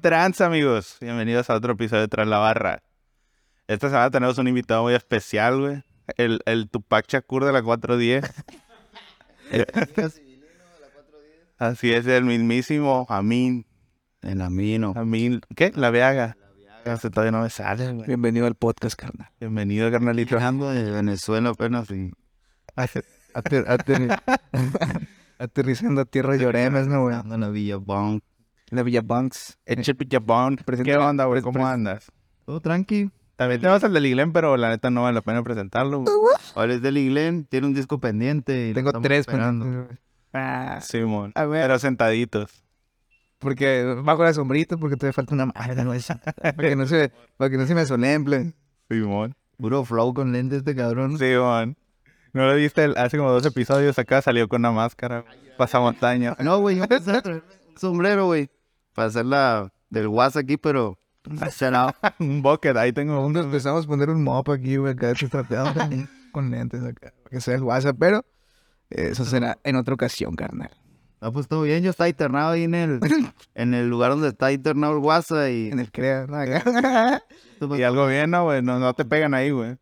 trans, amigos? Bienvenidos a otro episodio de Tras la Barra. Esta semana tenemos un invitado muy especial, güey. El, el Tupac Shakur de la 410. Así es, el mismísimo Amin. El amino. Amin, ¿qué? La Viaga. Ese todavía no me sale, güey. Bienvenido al podcast, carnal. Bienvenido, carnalito. Viajando de Venezuela apenas y... ater- ater- aterrizando a tierra lloremes, ¿no, güey? Ando en la Villa Bong. La Villa Banks. Eche Pichapón. ¿Qué onda, güey? ¿Cómo andas? Todo tranqui. También tenemos el de Liglen, pero la neta no vale la pena presentarlo, güey. Ahora es de Liglen, tiene un disco pendiente. y Uh. lo Tengo estamos tres esperando. pendientes, güey. Ah, Simón. a ver, Pero sentaditos. porque bajo la sombrita, porque todavía falta una madre, güey. Para que no se, para que no se me solemble. Simón. Puro flow con lentes este cabrón. Simón. ¿No lo viste? El- Hace como dos episodios acá salió con una máscara. Pasamontaña. No, güey, yo pensé en traerme un sombrero, güey. Para hacer la del WhatsApp aquí, pero... Será. Un bucket. Ahí tengo Nos un... empezamos a poner un mop aquí, güey, acá trateado con lentes acá, para que sea el WhatsApp, pero eso será en otra ocasión, carnal. No, pues todo bien, yo estaba internado ahí en el, en el lugar donde está internado el WhatsApp y... En el CREA. ¿no? Y algo bien, ¿no, güey? No, no te pegan ahí, güey.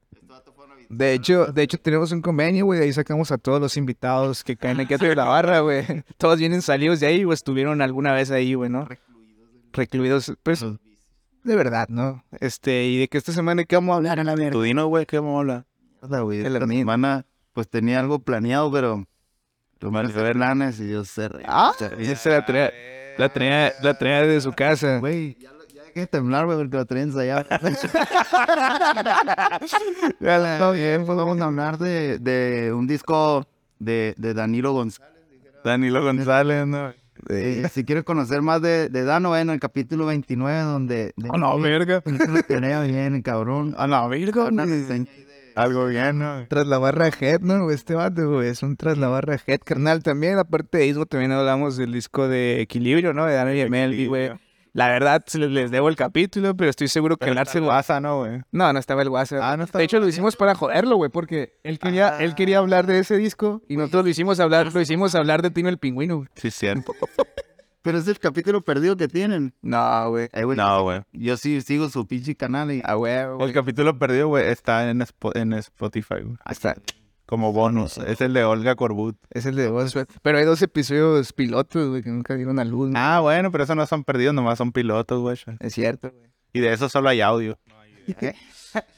De hecho, de hecho tenemos un convenio, güey, de ahí sacamos a todos los invitados que caen aquí atrás de la barra, güey. Todos vienen salidos de ahí o estuvieron alguna vez ahí, güey, ¿no? Recluidos, pues, Los de verdad, ¿no? Este, y de que esta semana que vamos a hablar a la mierda. Tú dino, güey, ¿qué vamos a hablar? Hola, güey. El Esta Amin. semana, pues tenía algo planeado, pero... Lo menos ver lanas y yo cerré. Ah, Cerré. esa la tenía, la tenía, la tenía de su casa. Güey, ya, lo- ya dejé de temblar, güey, porque lo traía ensayado. Está bien, pues vamos a hablar de, de un disco de, de Danilo González. Danilo González, ¿no? Eh, si quieres conocer más de, de Dano, en el capítulo 29, donde... de- Oh, no, verga. lo tenía bien, cabrón. Ah, no, Virgo. Una no. reseña ahí de- Algo bien, ¿no? Tras la barra head, ¿no? güey? Este vato, güey, es un tras la barra head, carnal. También, aparte de Ismo, también hablamos del disco de Equilibrio, ¿no? De Daniel y Emelvi, güey. La verdad, se les, les debo el capítulo, pero estoy seguro que el Arce lo hace. pasa, ¿no, güey? No, no estaba el WhatsApp. Ah, no estaba de hecho, lo hicimos para joderlo, güey, porque él quería, él quería hablar de ese disco y nosotros lo hicimos hablar, lo hicimos hablar de Tino el Pingüino, güey. Sí, cierto. Pero es el capítulo perdido que tienen. No, güey. Eh, güey, No, güey. Yo sí sigo su pinche canal y... ah, A huevo, El güey. capítulo perdido, güey, está en, Spo- en Spotify, güey. Ah, Hasta- Como bonus. Es el de Olga Corbut. Es el de WhatsApp. Pero hay dos episodios pilotos, güey, que nunca dieron a luz. ¿no? Ah, bueno, pero esos no son perdidos, nomás son pilotos, güey. Es cierto, güey. Y de eso solo hay audio.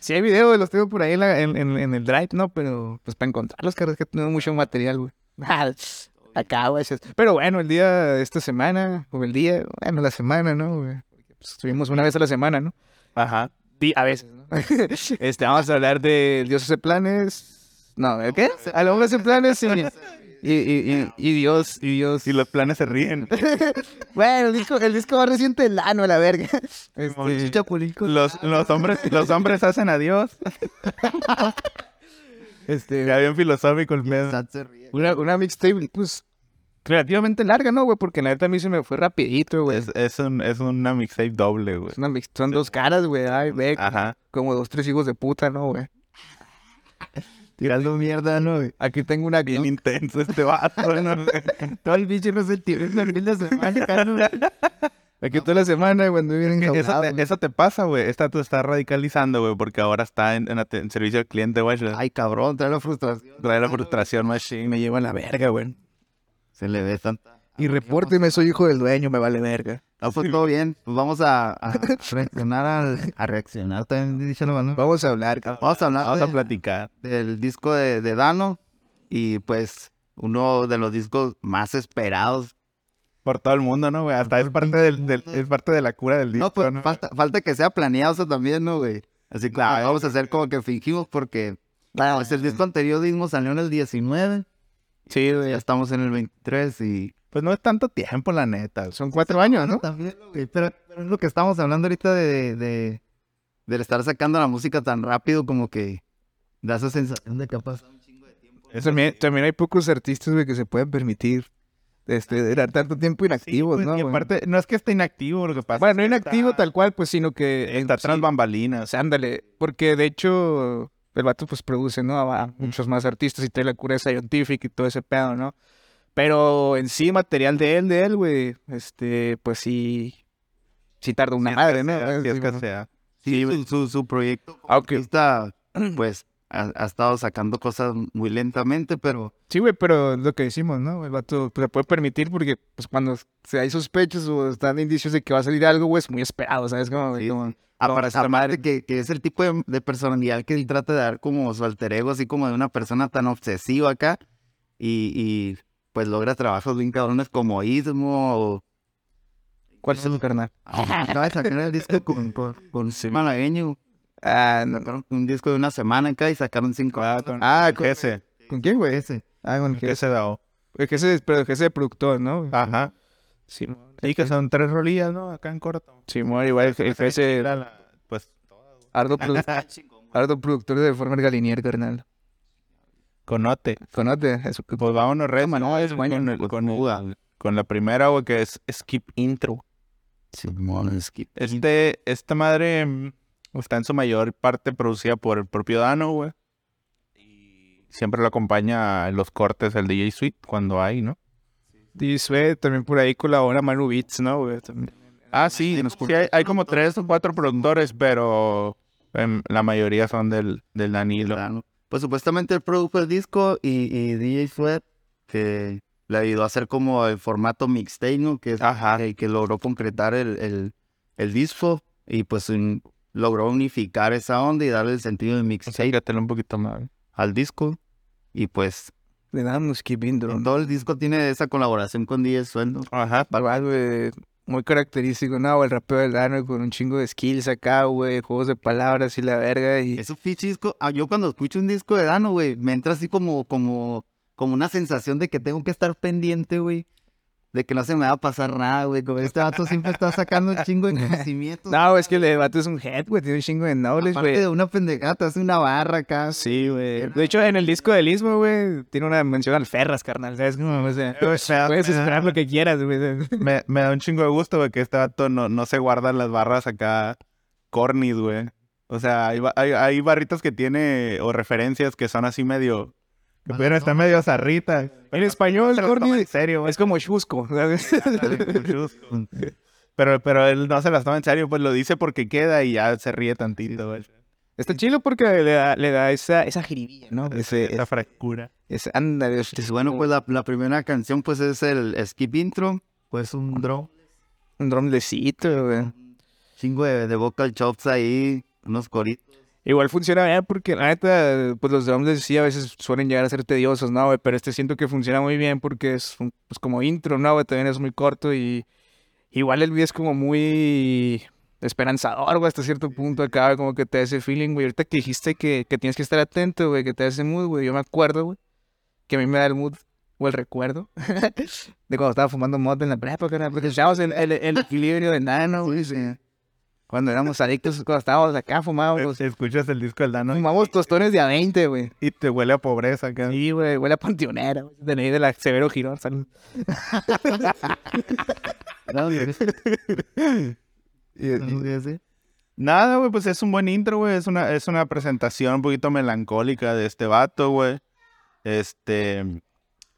Sí, hay videos, los tengo por ahí en, la- en- en- en el drive, ¿no? Pero pues para encontrarlos, caras, que tengo mucho material, güey. Acá, güey. sí. Pero bueno, el día de esta semana, o el día, bueno, la semana, ¿no? güey? Porque, Pues, estuvimos una vez a la semana, ¿no? Ajá. Di- a veces, ¿no? este, vamos a hablar de Dios hace planes. No, ¿el ¿qué? Al hombre hace planes sí. y, y, y, y Dios, y Dios. Y los planes se ríen. Bueno, el disco, el disco más reciente el ano, la verga. Este, Los, los hombres, los hombres hacen adiós. este, Ya bien filosófico el pedo. Sad se ríe. Una, una mixtape, pues, relativamente larga, ¿no, güey? Porque la neta a mí se me fue rapidito, güey. Es, Pues, es, un, es una mixtape doble, güey. Es una mix- son dos caras, güey. Ay, ve, Ah. Ajá. como dos, tres hijos de puta, ¿no, güey? Tirando mierda, ¿no, güey? Aquí tengo una... Bien intenso este vato, ¿no? Todo el pinche no se tiró en la semana, cabrón. Aquí toda la semana, güey, ando bien Eso enjaulado, te, güey. eso te pasa, güey. Esta tú estás radicalizando, güey, porque ahora está en, en ate- en servicio al cliente, güey. Ay, cabrón, trae la frustración. Ah, Trae la frustración, machine. Me llevan la verga, güey. Se le ve tanta. Y repórteme, soy hijo del dueño, me vale verga. No, pues todo bien. Pues vamos a, a reaccionar al- a reaccionar también, dice la mano. Vamos a hablar, cabrón. Vamos a hablar Vamos a de- platicar. del disco de, de Dano. Y pues uno de los discos más esperados. Por todo el mundo, ¿no, güey? Hasta es parte, del, del- es parte de la cura del disco, No, pues ¿no? falta, falta que sea planeado eso también, ¿no, güey? Así que ah, vamos a hacer como que fingimos porque bueno, pues, el disco anterior mismo salió en el 19. Sí, Ya güey. estamos en el 23 y... Pues no es tanto tiempo, la neta. güey. Son cuatro años, Pues, ¿no? También, güey, pero, pero es lo que estamos hablando ahorita de, de, del estar sacando la música tan rápido como que da esa sensación de capaz. También, también hay pocos artistas, güey, que se pueden permitir este, durar tanto tiempo inactivos, Pues, ¿no, y güey? aparte, no es que esté inactivo lo que pasa. Bueno, no es que inactivo está- tal cual, pues, sino que... Está sí, tras O bambalinas. sea, ándale, porque de hecho el vato pues produce, ¿no? A, a muchos más artistas y trae la cura de Scientific y todo ese pedo, ¿no? Pero en sí, material de él, de él, güey, este, pues sí, sí tarda una Si madre, ¿no? escasea, si Sí, bueno. escasea. Sí, su, su, su proyecto como Aunque- artista, pues, ha, ha estado sacando cosas muy lentamente, pero Sí, güey, pero lo que decimos, ¿no? El vato pues, se puede permitir porque pues cuando se hay sospechas o están indicios de que va a salir algo, güey, es muy esperado, ¿sabes? Como, Sí, como- aparte, esta aparte que, que es el tipo de, de personalidad que él trata de dar como su alter ego, así como de una persona tan obsesiva acá, y, y, pues logra trabajos bien cabrones como Ismo o... ¿Cuál es el carnal? Acaba de sacar el disco con, con, con Malagueño, Ah, no. sacaron un disco de una semana acá y sacaron cinco. Ah, con- Ah, con, Ese, ¿con quién, güey? Ese. Ah, con que, ese dao. el que ese, pero el que ese productor, ¿no? Ajá. Sí, Y que son tres rolillas, ¿no? Acá en corto. Simón, igual el, el que ese Era la- Pues ardo, produ- ardo productor de Former Galinier, carnal. conote. Conote, es un Pues vámonos re, no, es bueno, con, el- pues, con el- muda. con la primera, güey, que es Skip Intro. Simón, es que- Este, esta madre mm, está en su mayor parte producida por el propio Dano, güey. Y siempre lo acompaña en los cortes el DJ Sweet cuando hay, ¿no? D-Sweat, también por ahí colabora Manu Beats, ¿no, güey? También. Ah, sí, sí, hay, hay como tres o cuatro productores, pero em, la mayoría son del, del Danilo. Ah, no. Pues supuestamente él produjo el disco y, y DJ Sweat, que le ayudó a hacer como el formato mixtape, ¿no? Que es Ajá. el que logró concretar el, el, el disco y pues un- logró unificar esa onda y darle el sentido de mixtape Acércatelo un poquito más. al disco. Y pues Le damos que en todo el disco tiene esa colaboración con DJ Sweat, ¿no? Ajá. Igual, güey, muy característico, ¿no? güey? El rapeo del Dano con un chingo de skills acá, güey, juegos de palabras y la verga. Y... Es un pinche disco. ah, yo cuando escucho un disco de Dano, güey, me entra así como, como, como una sensación de que tengo que estar pendiente, güey. De que no se me va a pasar nada, güey. Como este vato siempre está sacando un chingo de conocimientos. No, es que el vato es un head, güey, tiene un chingo de knowledge, Aparte güey. de una pendejata, hace una barra acá. Sí, güey. De hecho, en el disco del Istmo, güey, tiene una mención al Ferras, carnal, ¿sabes? Como, o sea, puedes esperar lo que quieras, güey. Me, me da un chingo de gusto, güey, que este vato no, no se guardan las barras acá cornis, güey. O sea, hay, ba- hay, hay barritas que tiene o referencias que son así medio... Que pudieran estar medio zarritas. En español, Se lo toma Corny, en serio, güey. es como chusco, ¿sabes? Pero, pero él no se las toma en serio, pues lo dice porque queda y ya se ríe tantito, güey. Está chido porque le da, le da esa, esa jiribilla, ¿no? Ese, Esa frescura. ese, ándale, este, Pues bueno, pues la, la primera canción pues es el skip intro. Pues un drone. un drumlecito, güey. Chingo de, de vocal chops ahí. Unos coritos. Igual funciona bien porque la neta, pues los drums sí a veces suelen llegar a ser tediosos, ¿no, güey? Pero este siento que funciona muy bien porque es un- pues, como intro, ¿no, güey? También es muy corto y igual el video es como muy esperanzador, güey, hasta cierto punto acá, güey, como que te da ese feeling, güey. Ahorita que dijiste que, que tienes que estar atento, güey, que te da ese mood, güey. Yo me acuerdo, güey, que a mí me da el mood o el recuerdo de cuando estaba fumando mota en la prepa, carnal, porque echábamos el, el, el equilibrio de nano, güey. sí. Cuando éramos adictos, cuando estábamos acá fumábamos Pues, Escuchas el disco del Dano Fumamos tostones de a 20, güey. y te huele a pobreza acá. Sí, güey, huele a panteonera. güey. De ahí de la Severo Girón, salud. No, güey, Y- no, y- güey, sí. Nada, güey, pues es un buen intro, güey. Es una, es una presentación un poquito melancólica de este vato, güey. Este.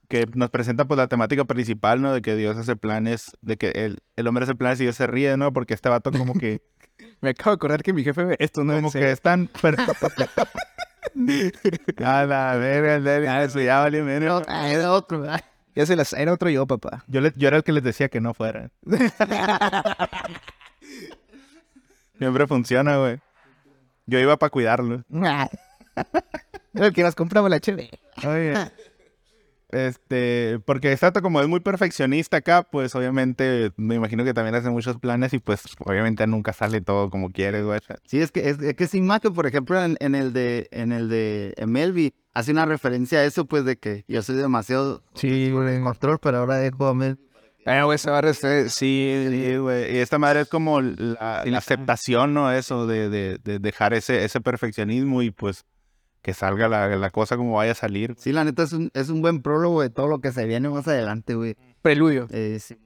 Que nos presenta, pues, la temática principal, ¿no? De que Dios hace planes, de que el, el hombre hace planes y Dios se ríe, ¿no? Porque este vato, como que. Me acabo de acordar que mi jefe ve esto, ¿no? como Sí. que es tan. per- A la verga, el Dani, ah, eso ya valió menos. Ah, era otro. ah. Ya se las... Era otro yo, papá. Yo, le- yo era el que les decía que no fueran. Siempre funciona, güey. Yo iba para cuidarlo. Ah. Era el que nos compraba la cheve. Oye. Este, porque Sato como es muy perfeccionista acá, pues obviamente me imagino que también hace muchos planes y pues obviamente nunca sale todo como quieres, güey. Sí, es que es, es que sin más que, por ejemplo, en, en el de en el de Melvi hace una referencia a eso, pues de que yo soy demasiado Sí, güey. control, pero ahora dejo a Melvi. Eh, güey, esa barra está... Sí, Sí, güey. Y esta madre es como la, la aceptación, ¿no? Eso de, de- de dejar ese, ese perfeccionismo y pues que salga la, la cosa como vaya a salir. Sí, la neta es un, es un buen prólogo de todo lo que se viene más adelante, güey. preludio. Eh, sí.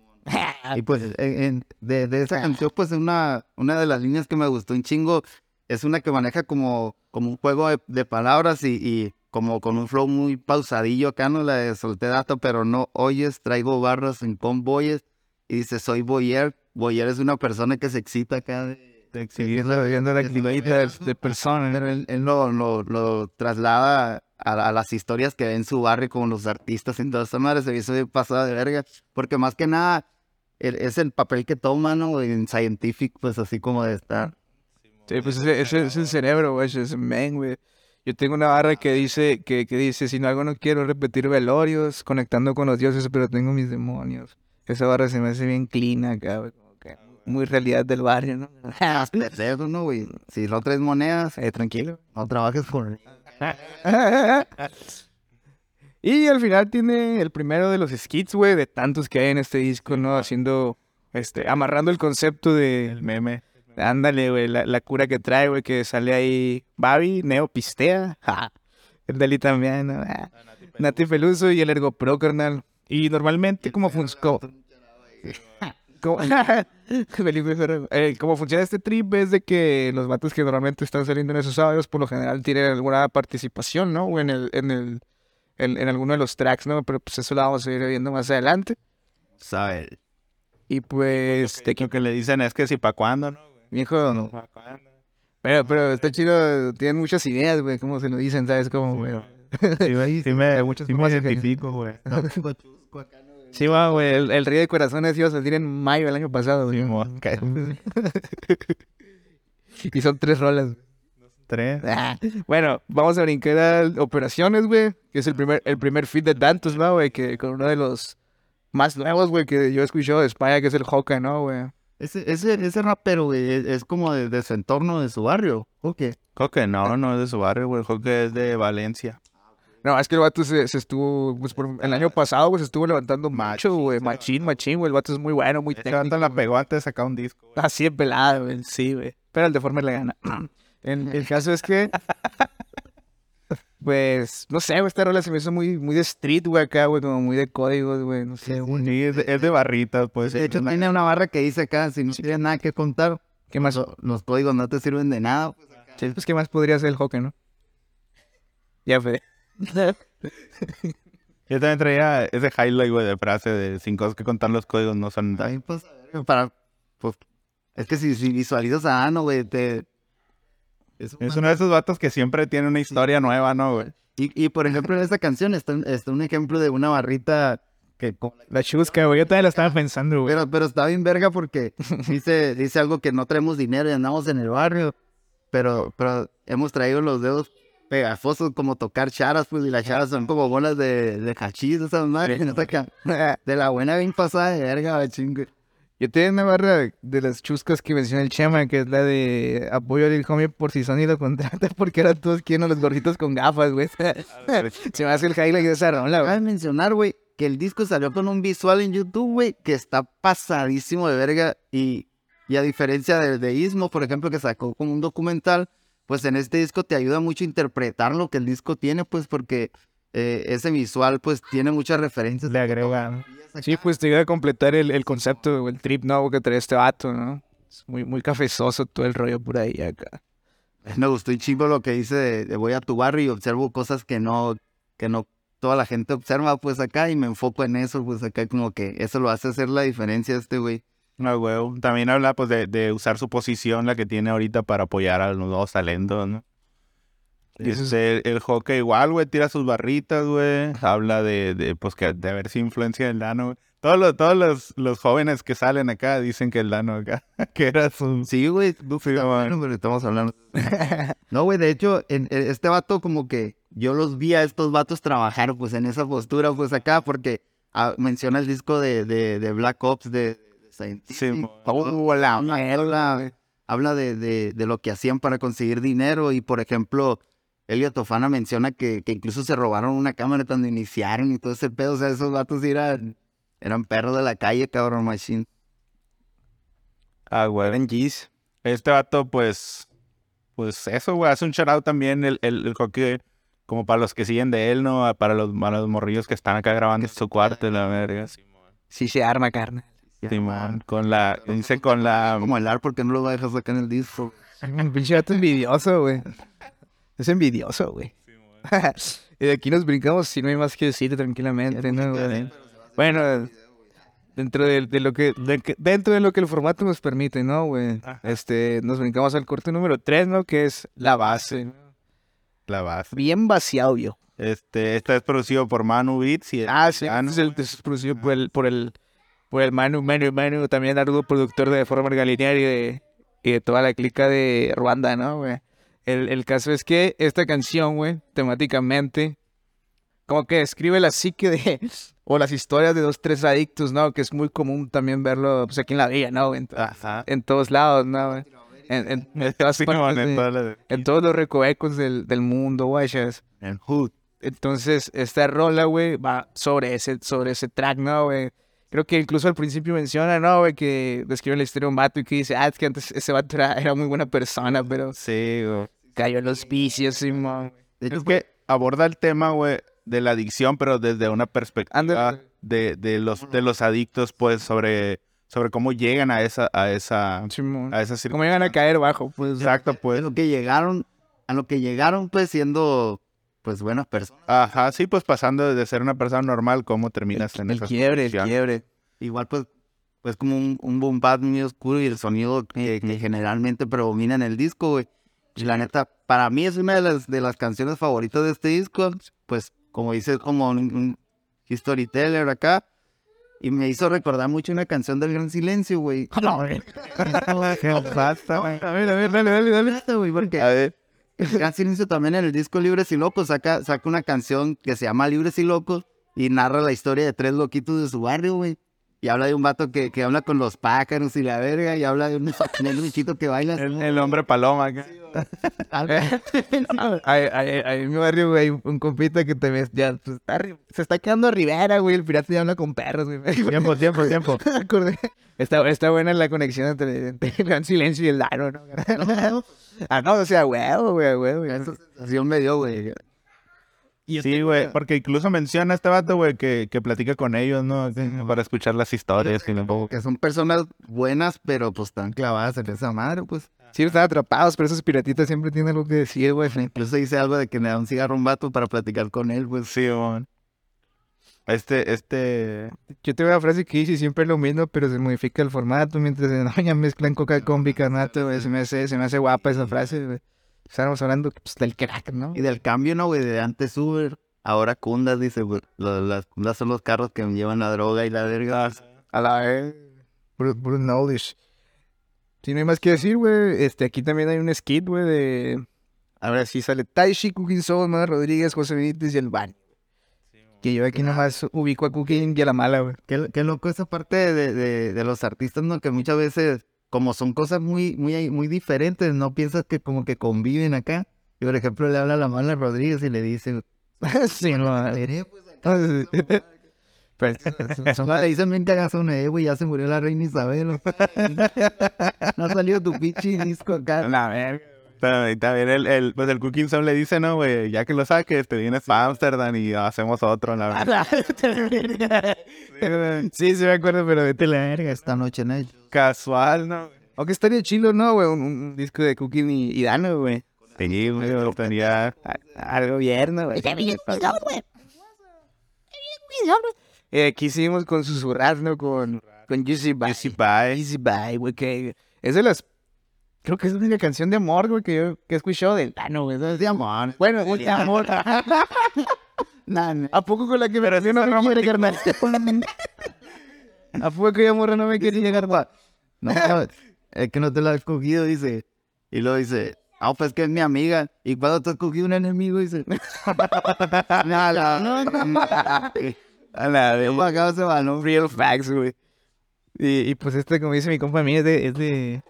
Y pues en- en- de, de esa canción, pues una, una de las líneas que me gustó un chingo es una que maneja como, como un juego de, de palabras y, y como con un flow muy pausadillo acá, ¿no? La de solté dato, pero no oyes, traigo barras en convoyes. Y dice, soy boyer, Boyer es una persona que se excita acá de, de Siguiendo viendo la actividad de, de personas. Pero él, él lo, lo- lo traslada a, a las historias que ve en su barrio con los artistas. Entonces, esa madre se me hizo bien pasada de verga. Porque más que nada, el- es el papel que toman ¿no? en Scientific, pues así como de estar. Sí, pues ese, ese es el cerebro, güey. ese Es el men, güey. Yo tengo una barra que dice, que, que dice, si no algo no quiero repetir velorios, conectando con los dioses, pero tengo mis demonios. Esa barra se me hace bien clean acá, güey, como que muy realidad del barrio, ¿no? Estás pendejo, ¿no, güey? Si no traes monedas, Eh, tranquilo. no trabajes por. Y al final tiene el primero de los skits, güey, de tantos que hay en este disco, ¿no? Haciendo, este, amarrando el concepto de, El meme. Ándale, güey, la, la cura que trae, güey, que sale ahí Babi, Neo Pistea, ja. el Deli también, ¿no? Ah, Nati Peluso y el Ergo Pro, carnal. Y normalmente, ¿cómo, fun- cómo- cómo- Felipe Ferrero. Eh, cómo funciona este trip? Es de que los vatos que normalmente están saliendo en esos audios, por lo general tienen alguna participación, ¿no? O en, el, en, el, en, en alguno de los tracks, ¿no? Pero pues eso lo vamos a ir viendo más adelante. ¿Sabes? Y pues, te Lo que le dicen es que si pa' cuándo, ¿no? viejo, ¿Pa' cuándo? Pero, pero está chido, tienen muchas ideas, güey, como se lo dicen, ¿sabes? Como, güey. Sí, güey, sí me, Hay muchas sí me formas de- identifico, güey. Sí, va, güey, el, el Río de Corazones iba a salir en mayo del año pasado, güey. Simón, que- Y son tres rolas. güey. Tres. Ah, Bueno, vamos a brincar a Operaciones, güey, que es el primer, el primer feed de Dantos, ¿no, güey? Que con uno de los más nuevos, güey, que yo he escuchado de España, que es el Hoka, ¿no, güey? Ese, ese, ese rapero, güey, es, es como de, de su entorno, de su barrio. Ok. Creo que no, no es de su barrio, güey. Creo que es de Valencia. No, es que el vato se, se estuvo, pues, por- el año pasado, güey, se estuvo levantando macho, güey, machín, machín, güey, el vato es muy bueno, muy Este técnico. vato la pegó antes de sacar un disco. güey. Así es pelado, güey. Sí, güey. Pero el deforme le gana. El, el caso es que. Pues, no sé, güey, esta rola se me hizo muy, muy de street, güey, acá, güey, como muy de códigos, güey, no sé. Sí, es de, es de barritas, pues. De hecho, es una- tiene una barra que dice acá, si no tienes nada que contar, ¿Qué más? lo- los códigos no te sirven de nada. Sí, Pues, ¿qué más podría ser el hockey, no? Ya, Fede. Yo también traía ese highlight, güey, de frase de sin cosas que contar los códigos no son... También, pues, a ver, para, pues, es que si, si visualizas a Ano, güey, te... es un- Es uno de esos vatos que siempre tiene una historia nueva, ¿no, güey? Y, y, por ejemplo, en esta canción está, un- está un ejemplo de una barrita que... como- La chusca, güey, yo todavía la estaba pensando, güey. Pero, pero está bien verga porque dice, dice algo que no traemos dinero y andamos en el barrio, pero, pero hemos traído los dedos pegajosos como tocar charas, pues, y las charas son como bolas de, de hachís, esas madres, ¿no? Acá, De la buena bien pasada de verga, güey, chingue. ah, Yo tenía una barra de las chuscas que menciona el Chema, que es la de apoyo del homie por si Sony lo contrata, porque ahora todos quieren a los gorditos con gafas, güey. Se me hace el highlight de esa rola, güey. Acaba de mencionar, güey, que el disco salió con un visual en YouTube, güey, que está pasadísimo de verga. Y, y a diferencia del de Ismo, por ejemplo, que sacó como un documental, pues en este disco te ayuda mucho a interpretar lo que el disco tiene, pues porque eh, ese visual, pues tiene muchas referencias. Le agregan. Sí, pues te iba a completar el, el concepto, o el trip nuevo que trae este vato, ¿no? Es muy, muy cafezoso todo el rollo por ahí acá. Me gustó un chingo lo que dice de, de voy a tu barrio y observo cosas que no, que no toda la gente observa, pues acá, y me enfoco en eso, pues acá, como que eso lo hace hacer la diferencia este, güey. No, güey. También habla, pues, de, de usar su posición, la que tiene ahorita, para apoyar a los nuevos talentos, ¿no? Sí, eso es- Este, el, el hockey igual, güey, tira sus barritas, güey. Habla de, de, pues, que de ver si influencia del Dano, güey. Todos, los, todos los, los jóvenes que salen acá dicen que el Dano acá, que era su... Sí, güey. no, Sí, está mamá. bueno, pero estamos hablando. No, güey, de hecho, en, en este vato como que yo los vi a estos vatos trabajar, pues, en esa postura, pues, acá, porque ah, menciona el disco de, de, de Black Ops de, de Scientific. Sí, mo- Oh, la mierda. Habla de, de, de lo que hacían para conseguir dinero y, por ejemplo, Elio Tofana menciona que, que incluso se robaron una cámara cuando iniciaron y todo ese pedo. O sea, esos vatos eran, eran perros de la calle, cabrón, machine. Ah, güey. Este vato, pues, pues eso, güey, hace un shout también el, el, el hockey, como para los que siguen de él, ¿no? Para los, para los morrillos que están acá grabando en su cuarto, la verga. Sí se arma, carne. Simón, con la, dice con la, Como el ar, porque no lo va a dejar sacar en el disco. Un pinche vato envidioso, güey. Es envidioso, güey. y de aquí nos brincamos si no hay más que decir tranquilamente, ¿no, güey? Bueno, dentro de, de lo que, de que- dentro de lo que el formato nos permite, ¿no, güey? Ajá. Este, nos brincamos al corte número 3, ¿no? Que es la base. La base. Bien vaciado, viejo. Este, esta es producido por Manu Beats y Ah, sí. Ah, no, es el güey. es producido por el, por el, por el Manu, Manu, Manu, también arduo productor de Forma Galinear y de, y de toda la clica de Ruanda, ¿no, güey? El, el caso es que esta canción, güey, temáticamente, como que describe la psique de, o las historias de dos, tres adictos, ¿no? Que es muy común también verlo, pues aquí en la villa, ¿no? güey? En, to- Ajá. en todos lados, ¿no, güey? En, en- en todas Sí, partes man, en de- todas las- en todos los recovecos del, del mundo, güey. chas. en Hood. Entonces, esta rola, güey, va sobre ese, sobre ese track, ¿no, güey? Creo que incluso al principio menciona, ¿no, güey? Que describe la historia de un vato y que dice, ah, es que antes ese vato era, era muy buena persona, pero Sí, güey. cayó en los vicios, Simón. De hecho, Es que aborda el tema, güey, de la adicción, pero desde una perspectiva Ándale. de, de los, de los adictos, pues, sobre, sobre cómo llegan a esa, a esa, Simón. a esa Como llegan a circunstancia. caer bajo, pues. Exacto, pues pues. lo que llegaron, a lo que llegaron, pues siendo, pues buenas personas. Ajá, sí, pues pasando de ser una persona normal, cómo terminas en el esas quiebre, el situaciones. quiebre. Igual, pues, pues como un, un boom bap muy oscuro y el sonido que, que generalmente predomina en el disco, güey. Y la neta, para mí es una de las, de las canciones favoritas de este disco. Pues, como dices, como un, un storyteller acá. Y me hizo recordar mucho una canción del Gran Silencio, güey. pasa, güey? A ver, a ver, dale, dale, dale. Neta, güey, porque A ver, El Gran Silencio también en el disco Libres y Locos saca, saca una canción que se llama Libres y Locos y narra la historia de tres loquitos de su barrio, güey. Y habla de un vato que, que habla con los pájaros y la verga y habla de un, de un bichito que baila. el, el hombre paloma. acá. Eh, Ahí en mi barrio, güey, un compita que te ves ya pues, está arri- se está quedando Rivera, güey. El pirata ya habla con perros, güey. Tiempo, tiempo, tiempo. Me acordé. Está, está buena la conexión entre, entre el gran silencio y el Laro, ¿no? ah, no, o sea, huevo, güey, huevo. güey. Esa sensación me dio, güey. Sí, güey, porque incluso menciona a este vato, güey, que, que platica con ellos, ¿no? Para escuchar las historias. y luego- Que son personas buenas, pero pues están clavadas en esa madre, pues. Sí, están atrapados, pero esos piratitas siempre tienen algo que decir, güey. Incluso dice algo de que me da un cigarro a un vato para platicar con él, pues. Sí, güey. Este, este... Yo tengo una frase que dice siempre es lo mismo, pero se modifica el formato mientras en la mezclan coca con bicarbonato, güey. Se me hace, se me hace guapa esa frase, güey. Estábamos hablando pues, del crack, ¿no? Y del cambio, ¿no, güey? De antes Uber, ahora Cundas, dice, güey. Lo- Las Cundas son los carros que llevan la droga y la verga. A la E, vez. Bruce Knowledge. Si no hay más que decir, güey, este, aquí también hay un skit, güey, de... Ahora sí sale Taishi, Cooking Soul, Mara Rodríguez, José Benítez y el Van. Que yo aquí nomás ubico a Cooking y a la mala, güey. Qué, qué loco esa parte de, de- de los artistas, ¿no? Que muchas veces, como son cosas muy, muy, muy diferentes, no piensas que como que conviven acá. Y por ejemplo, le habla a la mala Rodríguez y le dice, sí, no. "Veré, pues, Pero- son- le dicen, mente hagas una, eh, güey, ya se murió la reina Isabel. no ha salido tu pinche disco acá. la verga. ta- También el, el, pues el Cooking Soul le dice, no, güey, ya que lo saques, te vienes a Amsterdam y hacemos otro, la verdad. Sí, sí me acuerdo, pero vete la verga. Esta noche en ello. Casual, ¿no? Aunque estaría chido, ¿no, güey? Un, un disco de Cooking y, y Dano, güey. Sí, güey, tenía... a- al gobierno, güey. Eh, aquí seguimos con susurrar, ¿no? Con, con Juicy Bye. Juicy Bye. Juicy Bye, güey, que es de las... Creo que es la única canción de amor, güey, que yo que he escuchado del Tano, güey. ¿sabes? De amor. Bueno, de amor. Nah, nah. ¿A poco con la que me recién no me quiere, carnal? ¿A poco que amor no me quiere llegar, güey? No, es que no te la has cogido, dice. Y luego dice, ah, pues que es mi amiga. Y cuando te has cogido un enemigo, dice. no, no, no. A la de... Yo pagaba ese balón. Real facts, güey. Y, y, pues este, como dice mi compa mí, es de... Es de...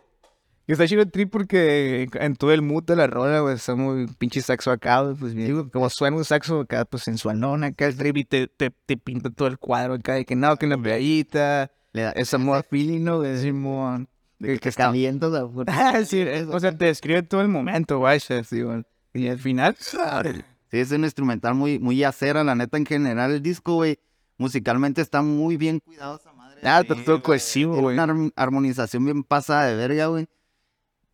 Y está chido el trip porque en todo el mood de la rola, güey, está muy pinche saxo acá, güey, pues bien, digo, como suena un saxo acá, pues sensualón acá el trip y te, te, te pinta todo el cuadro acá de que no, que una playita, Le da es amor feeling, ¿no? De Simón. que, que calienta la puta. Ah, sí, es- o sea, te describe todo el momento, güey, sí, güey. Y al final, Sí, es un instrumental muy, muy acera, la neta, en general. El disco, güey, musicalmente está muy bien cuidado esa madre. ah, Sí, está todo cohesivo, Tiene güey. Una arm- armonización bien pasada de verga, güey.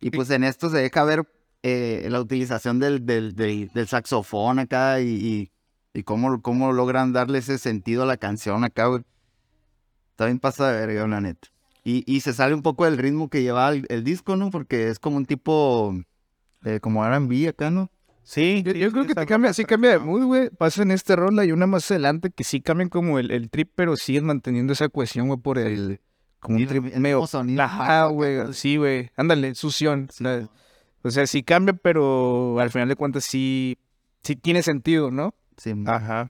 Y pues en esto se deja ver eh, la utilización del, del, del- del saxofón acá y, y, y cómo, cómo logran darle ese sentido a la canción acá, güey. Está bien pasa de verga, la neta. Y, y se sale un poco del ritmo que lleva el, el disco, ¿no? Porque es como un tipo, eh, como R&B acá, ¿no? Sí, Yo, sí, yo sí, creo que está te cambia, raro, sí está cambia de raro. mood, güey. Pasa en esta rola y una más adelante que sí cambian como el, el trip, pero siguen manteniendo esa cohesión, güey, por el. Como un El- trip el medio. mismo sonido. Ajá, güey. Sí, güey. Ándale, sución. Sí, la- mo. O sea, sí cambia, pero al final de cuentas sí. Sí tiene sentido, ¿no? Sí, mo. Ajá.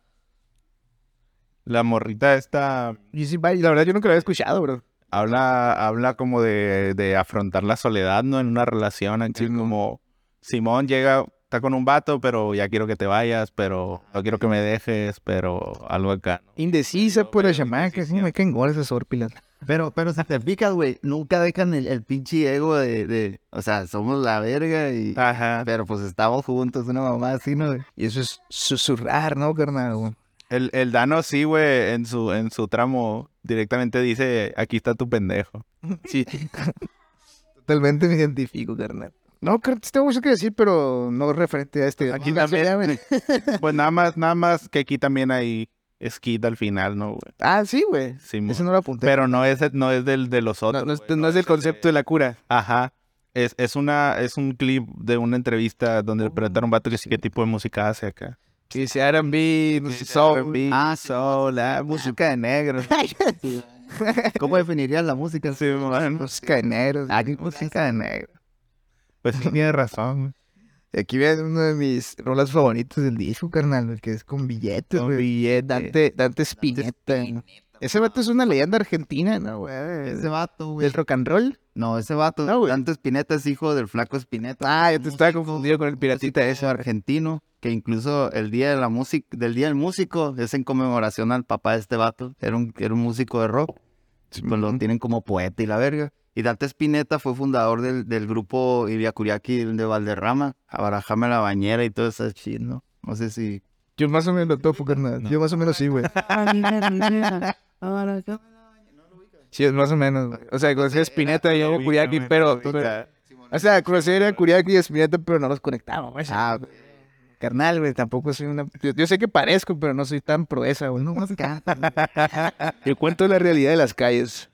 La morrita esta Y sí, vaya, la verdad yo nunca la había escuchado, bro. habla, habla como de, de afrontar la soledad, ¿no? En una relación, así como Simón llega, está con un vato, pero ya quiero que te vayas, pero no quiero que me dejes, pero algo acá. ¿no? Indecisa, por la llamada, que sí indecisa. me caen goles esas orpilas. Pero, pero si te fijas, güey, nunca dejan el, el pinche ego de, de, o sea, somos la verga y, Ah. Ajá. pero pues estamos juntos, una mamá así, ¿no? güey? Y eso es susurrar, ¿no, carnal? güey? El, el Dano sí, güey, en su, en su tramo directamente dice, aquí está tu pendejo. Sí. Totalmente me identifico, carnal. No, car- sí tengo mucho que decir, pero no referente a este. Aquí Ah, también. ya, güey. Pues nada más, nada más que aquí también hay skid al final, ¿no, güey? Ah, sí, güey. Simón. Eso no lo apunté. Pero no es, no es del, de los no, otros. no es, güey, no es del el concepto de- de la cura. Ajá. Es, es una, es un clip de una entrevista Oh, donde le preguntaron a un vato que sí, qué tipo de música hace acá. Que dice R&B, no sé, soul. Ah, sí. soul, ah, música de negro. Ah, ¿Cómo definirías la música? Sí, bueno. Música de negro. Ah, qué música de negro. Pues sí, tiene razón. güey. Y aquí viene uno de mis rolas favoritos del disco, carnal, el que es con billetes, Con güey. Dante, Dante Spinetta. ¿no? Ese vato es una leyenda argentina, ¿no, güey? Ese vato, güey. ¿Del rock and roll? No, ese vato, No, güey. Dante Spinetta es hijo del flaco Spinetta. Ah, yo te estaba Músico, confundido con el piratita músico ese. argentino, que incluso el día de la música, del día del músico, es en conmemoración al papá de este vato. Era un, era un músico de rock. Pues lo tienen como poeta y la verga. Y Dante Spinetta fue fundador del, del grupo Iriacuriaki de Valderrama, Abarajame la Bañera y todo ese shit, ¿no? No sé si... Yo más o menos lo topo, carnal. Yo más o menos sí, güey. Sí, es más o menos, güey. O sea, conocí a Spinetta y yo a Kuriaki, pero... pues, O sea, conocí a Kuriaki y Spinetta, pero no los conectaba, güey. Ah, Carnal, güey, tampoco soy una... Yo, yo sé que parezco, pero no soy tan proeza, güey. No, más ca- Yo cuento la realidad de las calles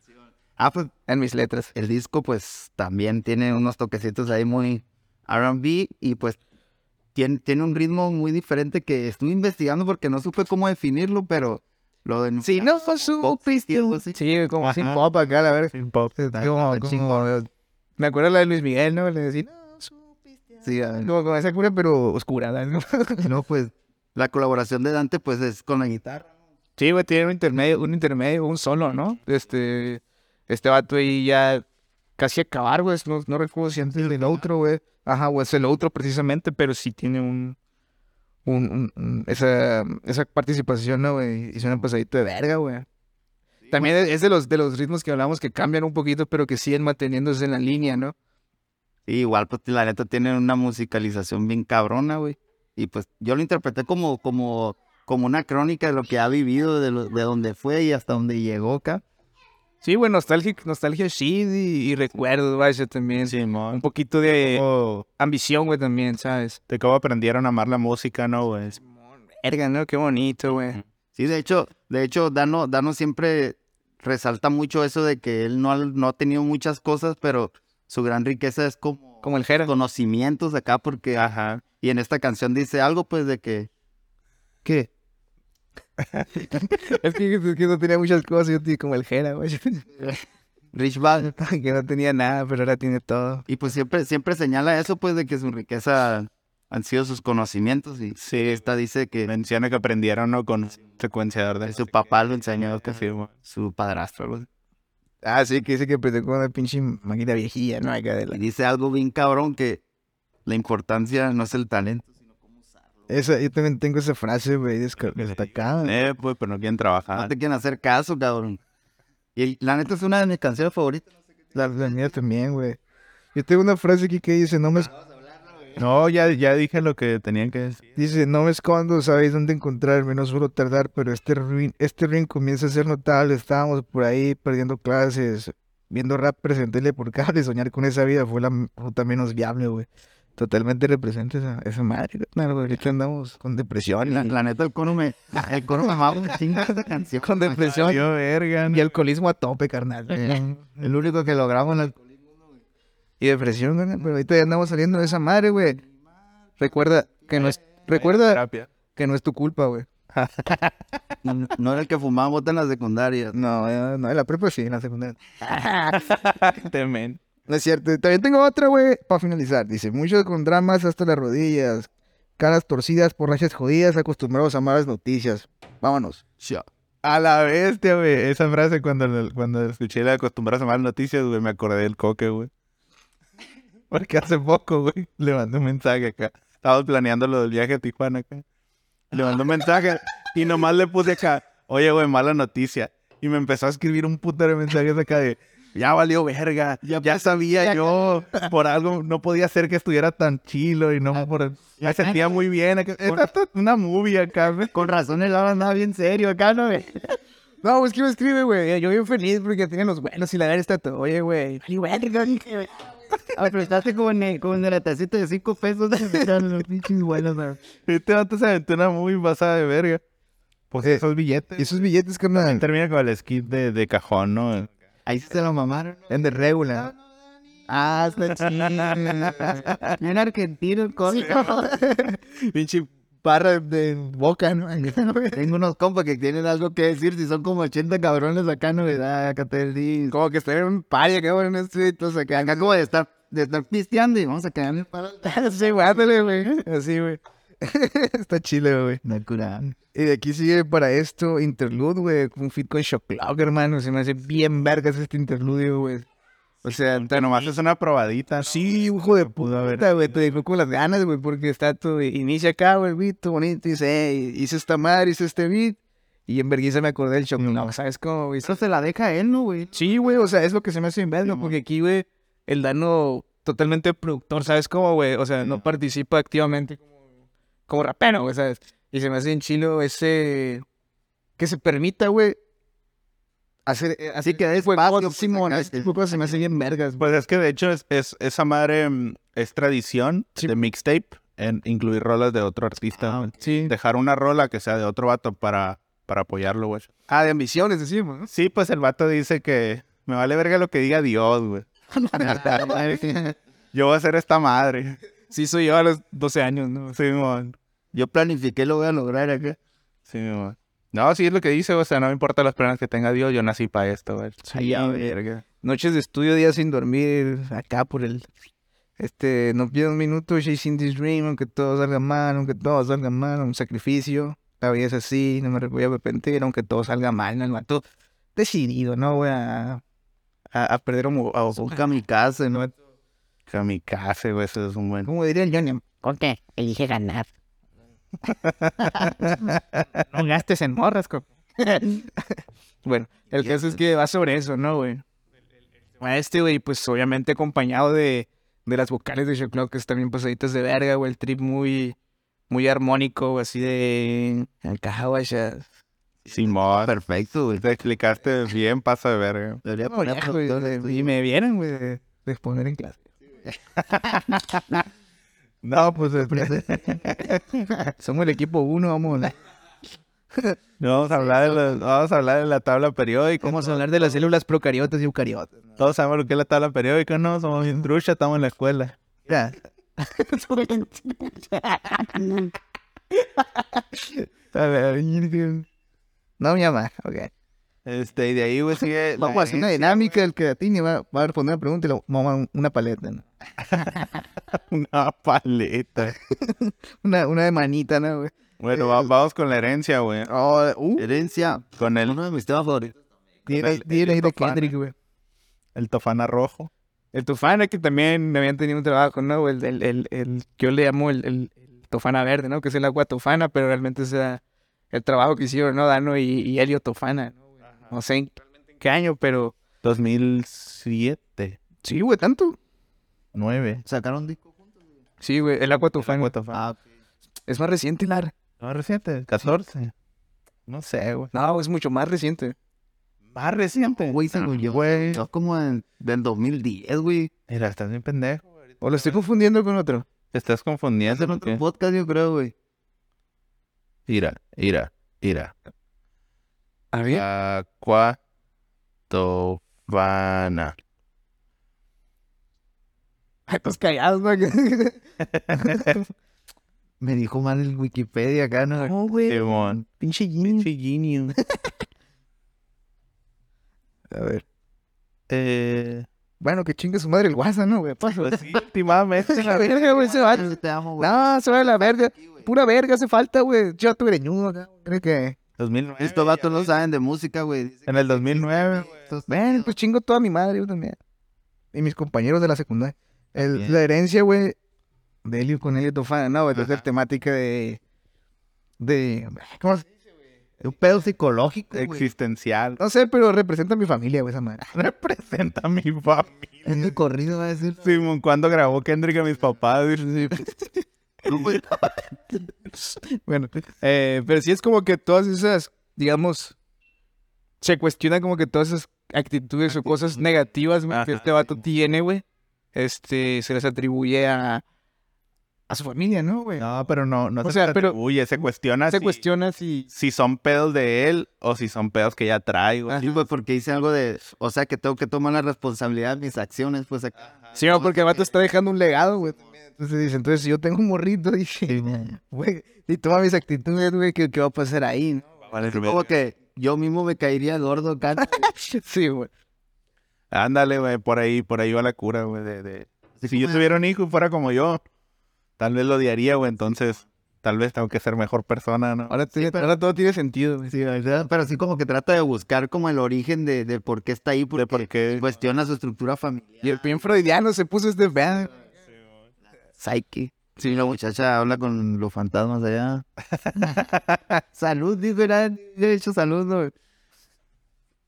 ah, pues en mis letras. el disco pues también tiene unos toquecitos ahí muy R&B y pues tiene, tiene un ritmo muy diferente que estuve investigando porque no supe cómo definirlo, pero lo de... Si no supiste... Sí, güey, como sin pop acá, la verga. Sin pop. Es como- está eh, como- Me acuerdo la de Luis Miguel, ¿no? Le decía, no, supiste... Sí, a ver. Como con esa cura, pero oscura, ¿no? no, pues la colaboración de Dante pues es con la guitarra. Sí, güey, tiene un intermedio, un intermedio, un solo, ¿no? Este, este vato ahí ya casi acabar, güey. No, no recuerdo si antes del otro, güey. Ajá, güey, es el otro precisamente, pero sí tiene un, un, un- un- esa, esa participación, ¿no, güey? Y suena pasadito de verga, güey. También es es de los, de los ritmos que hablamos que cambian un poquito, pero que siguen manteniéndose en la línea, ¿no? Sí, igual, pues la neta tienen una musicalización bien cabrona, güey. Y pues yo lo interpreté como, como, como una crónica de lo que ha vivido, de, lo- de donde fue y hasta donde llegó acá. Sí, güey, nostalgia, nostalgia shit y, y recuerdos, vaya, también. Un Simón. poquito de Oh, ambición, güey, también, ¿sabes? de cómo aprendieron a amar la música, ¿no, güey? Verga, ¿no? Qué bonito, güey. Sí, de hecho, de hecho, Dano, Dano siempre resalta mucho eso de que él no ha, no ha tenido muchas cosas, pero su gran riqueza es como, Como el Jera. conocimientos acá, porque Ajá. y en esta canción dice algo pues de que ¿Qué? es, que, es que no tenía muchas cosas, yo tenía como el Jera, güey. Rich Bad que no tenía nada, pero ahora tiene todo. y pues siempre, siempre señala eso pues de que su riqueza han sido sus conocimientos y Sí, esta dice que menciona que aprendieron, ¿no? Con un secuenciador de su papá lo enseñó, que que sí, güey. su padrastro. algo así. Ah, sí, que dice que empezó con una pinche máquina viejilla, ¿no? Acá de Y la... dice algo bien cabrón que la importancia no es el talento. Esa, yo también tengo esa frase, güey, desca- le destacada. Eh, pues, pero no quieren No trabajar. te quieren hacer caso, cabrón. Y la neta es una de mis canciones favoritas. La, la mía también, güey. Yo tengo una frase aquí que dice, no me... es- No, ya, ya dije lo que tenían que decir. eh, Dice, no me escondo, sabéis dónde encontrarme, no suelo tardar, pero este ruin, este ruin comienza a ser notable. Estábamos por ahí perdiendo clases, viendo rap presente por cable, soñar con esa vida fue la m- ruta menos viable, güey. totalmente representa esa, esa madre, carnal, güey. Ahorita andamos con depresión. y- La, la neta, el cono me. El cono me amaba un chingo esta canción. con depresión Yo, verga. y alcoholismo a tope, carnal. El único que logramos en el y depresión, carnal. Pero ahorita ya andamos saliendo de esa madre, güey. Recuerda que no es, recuerda Terapia. que no es tu culpa, güey. No, no era el que fumaba bota en la secundaria. No, eh, no, en la prepa sí, en la secundaria. Temen. No es cierto. También tengo otra, güey, para finalizar. Dice, muchos con dramas hasta las rodillas, caras torcidas por rachas jodidas, acostumbrados a malas noticias. Vámonos. Ya. A la bestia, güey. Esa frase cuando, cuando escuché la acostumbras a malas noticias, güey, me acordé del coque, güey. Porque hace poco, güey, le mandé un mensaje acá. Estábamos planeando lo del viaje a Tijuana acá. Le mandé un mensaje y nomás le puse acá, oye, güey, mala noticia. Y me empezó a escribir un putero de mensajes acá de, ya valió verga, ya, pues, sabía yo, por algo, no podía ser que estuviera tan chilo y Ah. no, por, me sentía muy bien. acá. Es hasta una movie acá, güey. Con razón, el ahora andaba bien serio acá, ¿no? güey? No, pues que me escribe, güey. Yo bien feliz porque tienen los buenos y la verdad está todo. Oye, güey. Ay, güey, digo, dije, güey. A ver, Ah, pero estás como en el, como en el tacita de cinco pesos. Los pinches buenos, güey. Este vato se aventó una muy basada de verga. Pues Eh, esos billetes. Y esos billetes, carnal. Termina con el skit de, de cajón, ¿no? Ahí sí se lo mamaron. ¿no? En de regular. Ah, está chido. En Argentina, el cono. Pinche barra de boca, ¿no? Tengo unos compas que tienen algo que decir. Si son como 80 cabrones acá, ¿no? güey? Ah, acá te digo. Como que estoy en este un paria, que bueno, estoy, o sea, que Acá como de estar, de estar pisteando y vamos a quedarme para... Sí, güey, ándale, güey. Así, güey. Está chile, güey. No cura. Y de aquí sigue para esto Interlude, güey. Un fit con Shock Clock, hermano. Se me hace bien vergas este interludio, güey. O sea, Pero nomás es una probadita. ¿no? Sí, hijo de Pudo haber. puta, güey. Te dejó con las ganas, güey, porque está todo. Inicia acá, güey, el beat, todo bonito. Y dice, hey, hice esta madre, hice este beat. Y en vergüenza me acordé del shock. No, ¿sabes cómo, güey? Eso se la deja él, ¿no, güey? Sí, güey, o sea, es lo que se me hace en verga, porque aquí, güey, el Dano totalmente productor, ¿sabes cómo, güey? O sea, no participa activamente como- como rapero, güey, ¿sabes? Y se me hace en chilo ese... que se permita, güey, hacer... eh, Así hacer que es tipo de fácil, cosas, pues, Simón, acá, ese tipo de cosas se me hace bien vergas, güey. Pues es que de hecho es, es- esa madre mm, es tradición Sí. de mixtape en incluir rolas de otro artista. güey. Sí. Dejar una rola que sea de otro vato para, para apoyarlo, güey. Ah, de ambiciones, decimos, ¿no? Sí, pues el vato dice que me vale verga lo que diga Dios, güey. Yo voy a hacer esta madre. Sí, soy yo a los 12 años, ¿no? Simón. Yo planifiqué, lo voy a lograr acá. Simón. No, sí es lo que dice, o sea, no me importa las penas que tenga Dios, yo nací para esto, güey. Sí, ya, güey. Verga. Noches de estudio, días sin dormir, acá por el... Este, no pierdo un minuto, chasing this dream, aunque todo salga mal, aunque todo salga mal, un sacrificio. La vida es así, no me voy a arrepentir, aunque todo salga mal, no, el vato decidido, ¿no? Voy a, a, a perder un... mo- a- Son kamikaze, ¿no? Kamikaze, güey, eso es un buen. ¿Cómo diría el Johnny? Conte, elige ganar. No gastes en morras, co- Bueno, el caso es que va sobre eso, ¿no, güey? A este, güey, pues obviamente acompañado de, de las vocales de Shock Clock, que están bien pasaditas de verga, güey. El trip muy, muy armónico, güey, así de. Acá, güey, ya. Simón. Perfecto, güey. Te explicaste bien, pasa de verga. Debería No, poner ya, güey, productor de- en Y estudio. me vieron, güey, de, de poner en clase. No, pues este, Somos el equipo uno, vamos. no vamos a hablar de los- vamos a hablar de la tabla periódica. Vamos a hablar de las células procariotas y eucariotas. Todos sabemos lo que es la tabla periódica, ¿no? Somos bien trucha, estamos en la escuela. Ya. A ver, No, mi mamá, ok. Este, y de ahí, güey, sigue. la Vamos a hacer una herencia, dinámica, el creatini va, va a responder una pregunta y le vamos a dar una paleta, ¿no? Una paleta. Una, una de manita, ¿no, güey? Bueno, va- vamos con la herencia, güey. Oh, uh, Herencia. Con el, Uno de mis temas favoritos. tiene el- tiene ahí de Tufana. Kendrick, güey. el tofana rojo. El Tufana, que también habían tenido un trabajo, ¿no? El, el, el, el- yo le llamo el, el- el Tufana Verde, ¿no? Que es el agua Tufana, pero realmente es ah, el trabajo que hicieron, ¿no? Dano y, y Helio Tufana, ¿no? güey? No sé en qué año, pero... 2007, Sí, güey, tanto. 9. Sacaron disco. Sí, güey, el agua Tufana. Ah, Es más reciente, Lar. ¿No reciente? 14. No sé, güey. No, es mucho más reciente. Más reciente. güey, según yo. Güey. Yo como en, del 2010, güey. Mira, estás bien pendejo. O lo estoy confundiendo con otro. Estás confundiendo. Hacer otro porque- podcast, yo creo, güey. Ira, ira, ira. A Ah. Aquatofana. Estás callados, ¿no? Me dijo mal el Wikipedia acá, ¿no? no, güey. Simón. Pinche Jimmy. A ver. Eh, Bueno, que chingue su madre el WhatsApp, ¿no, güey? Paso. pues sí, últimamente. La la- verga, güey, ese vato. Te amo, güey. No, se va a la verga. Aquí, güey. Pura verga hace falta, güey. Yo tu greñudo acá. güey. Creo que. 2009. Estos vatos no saben de música, güey. Dicen En que el 2009. güey. estos- Bueno, pues chingo toda mi madre, yo también. Y mis compañeros de la secundaria. El- También. la herencia, güey, de Helio con Helio Tofana, no, güey, es la Ajá. temática de. de ¿cómo se- Un pedo psicológico, güey. Existencial. No sé, pero representa a mi familia, güey, esa madre. Representa a mi familia. Es mi corrido, va a decir. Simón, cuando grabó Kendrick a mis papás? pues, Bueno, eh, pero sí es como que todas esas, digamos, se cuestiona como que todas esas actitudes o cosas negativas güey, que Ajá, este vato tiene, güey, este, se las atribuye a, a su familia, ¿no, güey? No, pero no, no O se sea, pero- atribuye, se cuestiona se si, cuestiona si... si son pedos de él o si son pedos que ya trae, güey. Ajá. Sí, güey, porque hice algo de. O sea, que tengo que tomar la responsabilidad de mis acciones, pues acá. Sí, no, porque el vato está dejando un legado, güey. también. Entonces dice, entonces si yo tengo un morrito, dije, güey, y toma mis actitudes, güey, ¿qué, qué va a pasar ahí? no? Vale, Como que yo mismo me caería gordo acá. ¿no? Sí, güey. Ándale, güey, por ahí, por ahí va la cura, güey. De, de- Así Si yo como- tuviera un hijo y fuera como yo, tal vez lo odiaría, güey. Entonces, tal vez tengo que ser mejor persona, ¿no? Ahora, tiene- ahora todo tiene sentido, güey. Sí, ¿verdad? Pero sí como que trata de buscar como el origen de, de por qué está ahí, porque De por qué. cuestiona su estructura familiar. Y el bien freudiano se puso este pedo. Psyche. Sí, la muchacha habla con los fantasmas allá. salud, dijo, era de hecho salud, ¿no?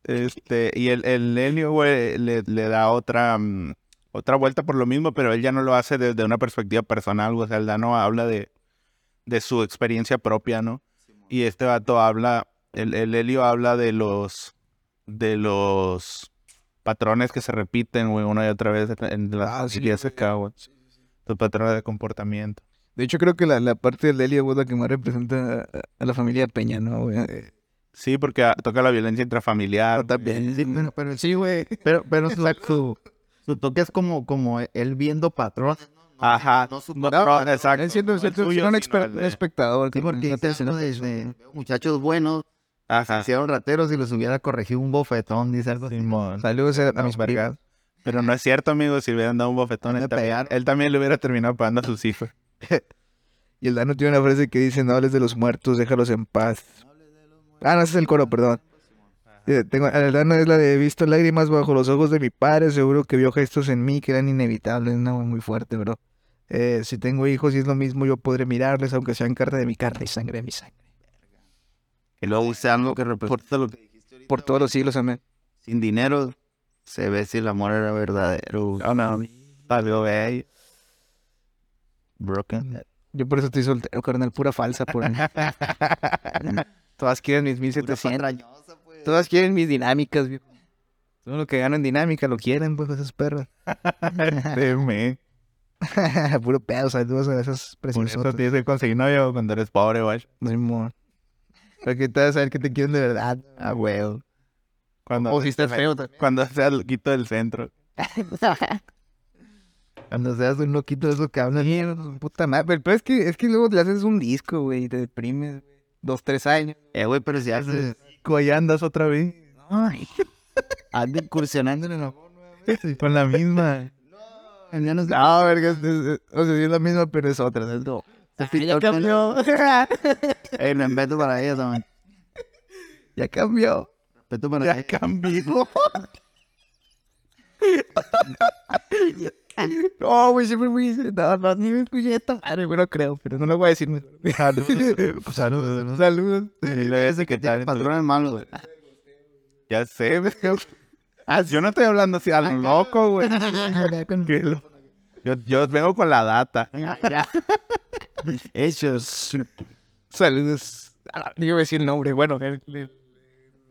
Este, y el, el Helio, güey, le, le da otra, mm, otra vuelta por lo mismo, pero él ya no lo hace desde una perspectiva personal, güey. O sea, él ya no habla de, de su experiencia propia, ¿no? Y este vato habla, el, el Helio habla de los, de los patrones que se repiten, güey, una y otra vez en las Ah, sí, familias güey. acá, güey. Los patrones de comportamiento. De hecho, creo que la, la parte del Helio güey, es la que más representa a, a la familia Peña, ¿no, güey? Eh, Sí, porque ah, toca la violencia intrafamiliar. También. Sí, pero- eh, sí, güey. Pero, pero su, su, su toque es como, como él viendo patrones. ¿no? No- Ajá. No su No, patrón. exacto. Él siendo, No el siendo- suyo, siendo un sino exper- el de- espectador. Sí, porque Entonces, tanto desde muchachos buenos se Ajá. hicieron rateros y los hubiera corregido un bofetón, dice algo así. Simón. Saludos a, a vergas. mis vergas. Pero no es cierto, amigo, si le hubieran dado un bofetón, Me él también, pegaron. él también le hubiera terminado pagando a sus hijos. Y el Dano tiene una frase que dice, no hables de los muertos, déjalos en paz. Ah, no, ese es el coro, perdón. Eh, Tengo, el Dano es la de, he visto lágrimas bajo los ojos de mi padre, seguro que vio gestos en mí que eran inevitables, no, muy fuerte, bro. Eh, si tengo hijos y es lo mismo, yo podré mirarles, aunque sean carne de mi carne y sangre de mi sangre. Y luego usando que representa lo que dijiste ahorita, Por todos los siglos, amén. güey. Sin dinero se ve si el amor era verdadero. No, no. Salió bello. Broken. Yo por eso estoy soltero, carnal, pura falsa. Por... Todas quieren mis 1700. Patrañosa, pues. Todas quieren mis dinámicas, viejo. Todo lo que gano en dinámica lo quieren, pues, esos perros. Teme. Puro pedo, saludos a esas Por eso preciosas. tienes que conseguir novio cuando eres pobre, güey. Simón. Para que te vas a saber que te quieren de verdad. Ah, güey. Cuando, Oh, O si estás feo también. cuando seas loquito del centro. Cuando seas un loquito de esos que hablan. Puta madre. Pero el peor es que, es que luego le haces un disco, güey, y te deprimes, güey. Dos, tres años. Eh, güey, pero si haces. Ahí andas otra vez. Ay, Anda incursionando en el amor nuevamente. Con la misma. Ya no sé. no, verga. es- es- es- o sea, sí es la misma, pero es otra. ¿sabes? No. Ay, Ah, ya cambió. Eh, respeto para ella también. ya cambió. Respeto para Ya ella. cambió. No, güey, siempre me dice, no, no, ni me escuché esta madre, güey, no creo, pero no lo voy a decir. mejor. Saludos. Saludos. Saludos. Y le ves que tal. Patrones malos, güey. Ya sé, güey. Ah, Yo no estoy hablando así a lo loco, güey. Qué lo- Yo, yo vengo con la data. Hechos. Saludos. A la- Yo Ah, iba a decir el nombre, bueno, el, el- el-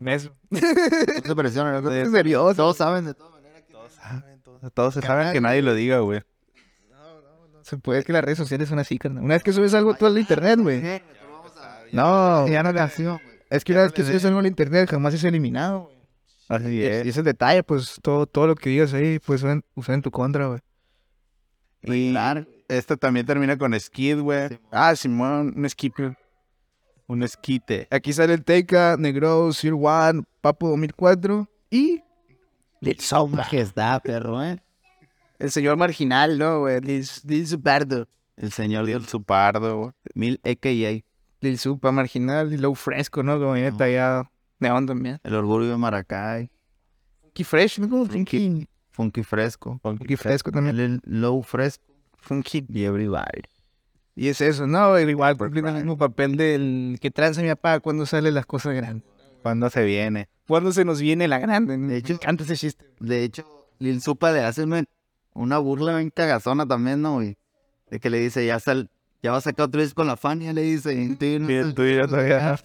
eso. No se presionen, ¿no? Es serio. Todos saben de todo. Todos se saben que nadie lo diga, güey. Se puede es que las redes sociales son así, carnal. Una vez que subes algo tú al internet, güey. No, ya no nació. Es que una vez que subes algo al internet jamás es eliminado, güey. Así Y es. es- y ese detalle, pues todo, todo lo que digas ahí, pues suelen usar en tu contra, güey. Y esta también termina con skid, güey. Ah, Simón, un skip. Un esquite. Aquí sale el Teca, Negro, Sir One, Papo 2004 y Lil Sombra. Majestad, perro, ¿eh? El señor marginal, ¿no, güey? Lil, Lil Supardo. El señor del supardo, güey. Mil EKJ, Lil Supa marginal y Low Fresco, ¿no? Como ya tallado. Neón también. el orgullo de Maracay, Funky Fresh, ¿no? Como Funky. Funky Fresco, Funky Fresco también. el Low Fresco Funky. y Everybody. Y es eso, ¿no? güey? Igual cumplen el mismo papel del que tranza mi papá cuando salen las cosas grandes. ¿Cuándo se viene? Cuando se nos viene la grande. De hecho- me encanta ese chiste. De hecho, Lil Supa le hace una, una burla bien cagazona también, ¿no, güey? De que le dice, ya sal, ya va a sacar otro disco con la Fania, le dice. y tú no Bien, sal- tú y yo todavía.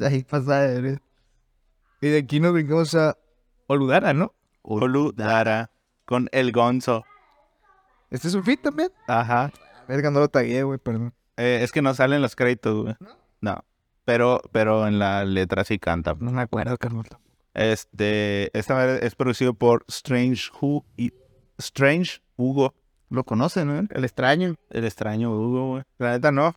Ahí pasa de ver. eh. Y de aquí nos brincamos a Oludara, ¿no? Olu Dara con el Gonzo. Este es un fit también. Ajá. Verga, no lo tagué, güey, perdón. Eh, es que no salen los créditos, güey. No. Pero, pero en la letra sí canta. No me acuerdo, Carlos. Este, esta vez es producido por Strange Who y Strange Hugo. Lo conocen, ¿no? El extraño. El extraño Hugo, güey. La neta no.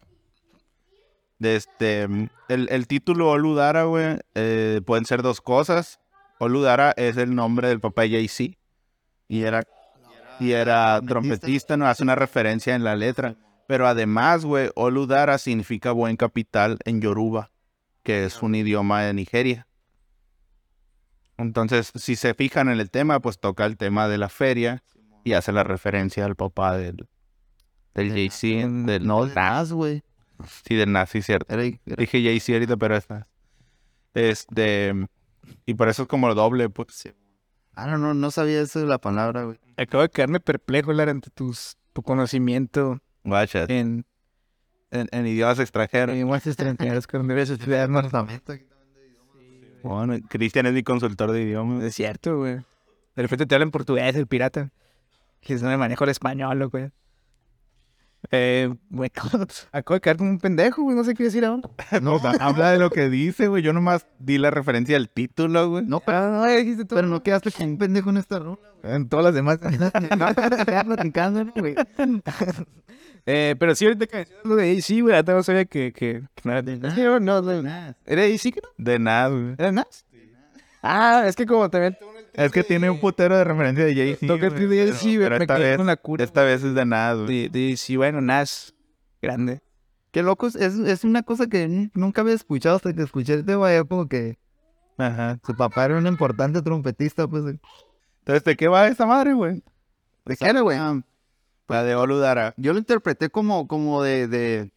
De Este, mm, el, el título Oludara, güey, eh, pueden ser dos cosas. Oludara es el nombre del papá de Jay-Z. Y era, y era trompetista, ¿no? Hace una referencia en la letra. Pero además, güey, Oludara significa buen capital en Yoruba, que es un idioma de Nigeria. Entonces, si se fijan en el tema, pues toca el tema de la feria y hace la referencia al papá del, del Del- Jay-Z, del, No, no, Nas, güey. sí, del nazi, cierto. Era, era- Dije ya hice ahorita, pero esta. Este. Y por eso es como doble, pues. Ah, no, no, no sabía eso de la palabra, güey. Acabo de quedarme perplejo, Lara, ante tus, tu conocimiento Guacha. en, En, en idiomas extranjeros. en lenguajes extranjeros cuando debes estudiar más Bueno, Cristian es mi consultor de idiomas. Es cierto, güey. De repente te hablan portugués, el pirata. Que no me manejo el español, loco, güey. Eh, bueno, acabo de quedar como un pendejo, güey. No sé qué decir ahora. No, habla de lo que dice, güey. Yo nomás di la referencia al título, güey. No, pero, Pero Ah, no, ya dijiste tú. pero no quedaste como un pendejo en esta rola. En todas las demás. No, quedarlo brincando, güey. Eh, pero sí, ahorita que mencionas lo de AC, güey, ahorita no sabía que, que, que no era de Sí, No, de Nas. ¿Era de AC que no? De nada, güey. ¿Era Nas? Ah, es que como también Es que tiene un putero de referencia de Jay-Z. toqué güey. el de AC, güey, Pero me esta quedé vez, con la cura. esta vez es de nada, güey. De, de AC, bueno, Nas, grande. Qué loco, es, es- es una cosa que n- nunca había escuchado hasta que escuché este güey, como que Ajá. su papá era un importante trompetista, pues. Entonces, ¿de qué va esta madre, güey? ¿De qué era, güey? Ah, La de Oludara. yo lo interpreté como, como de, de,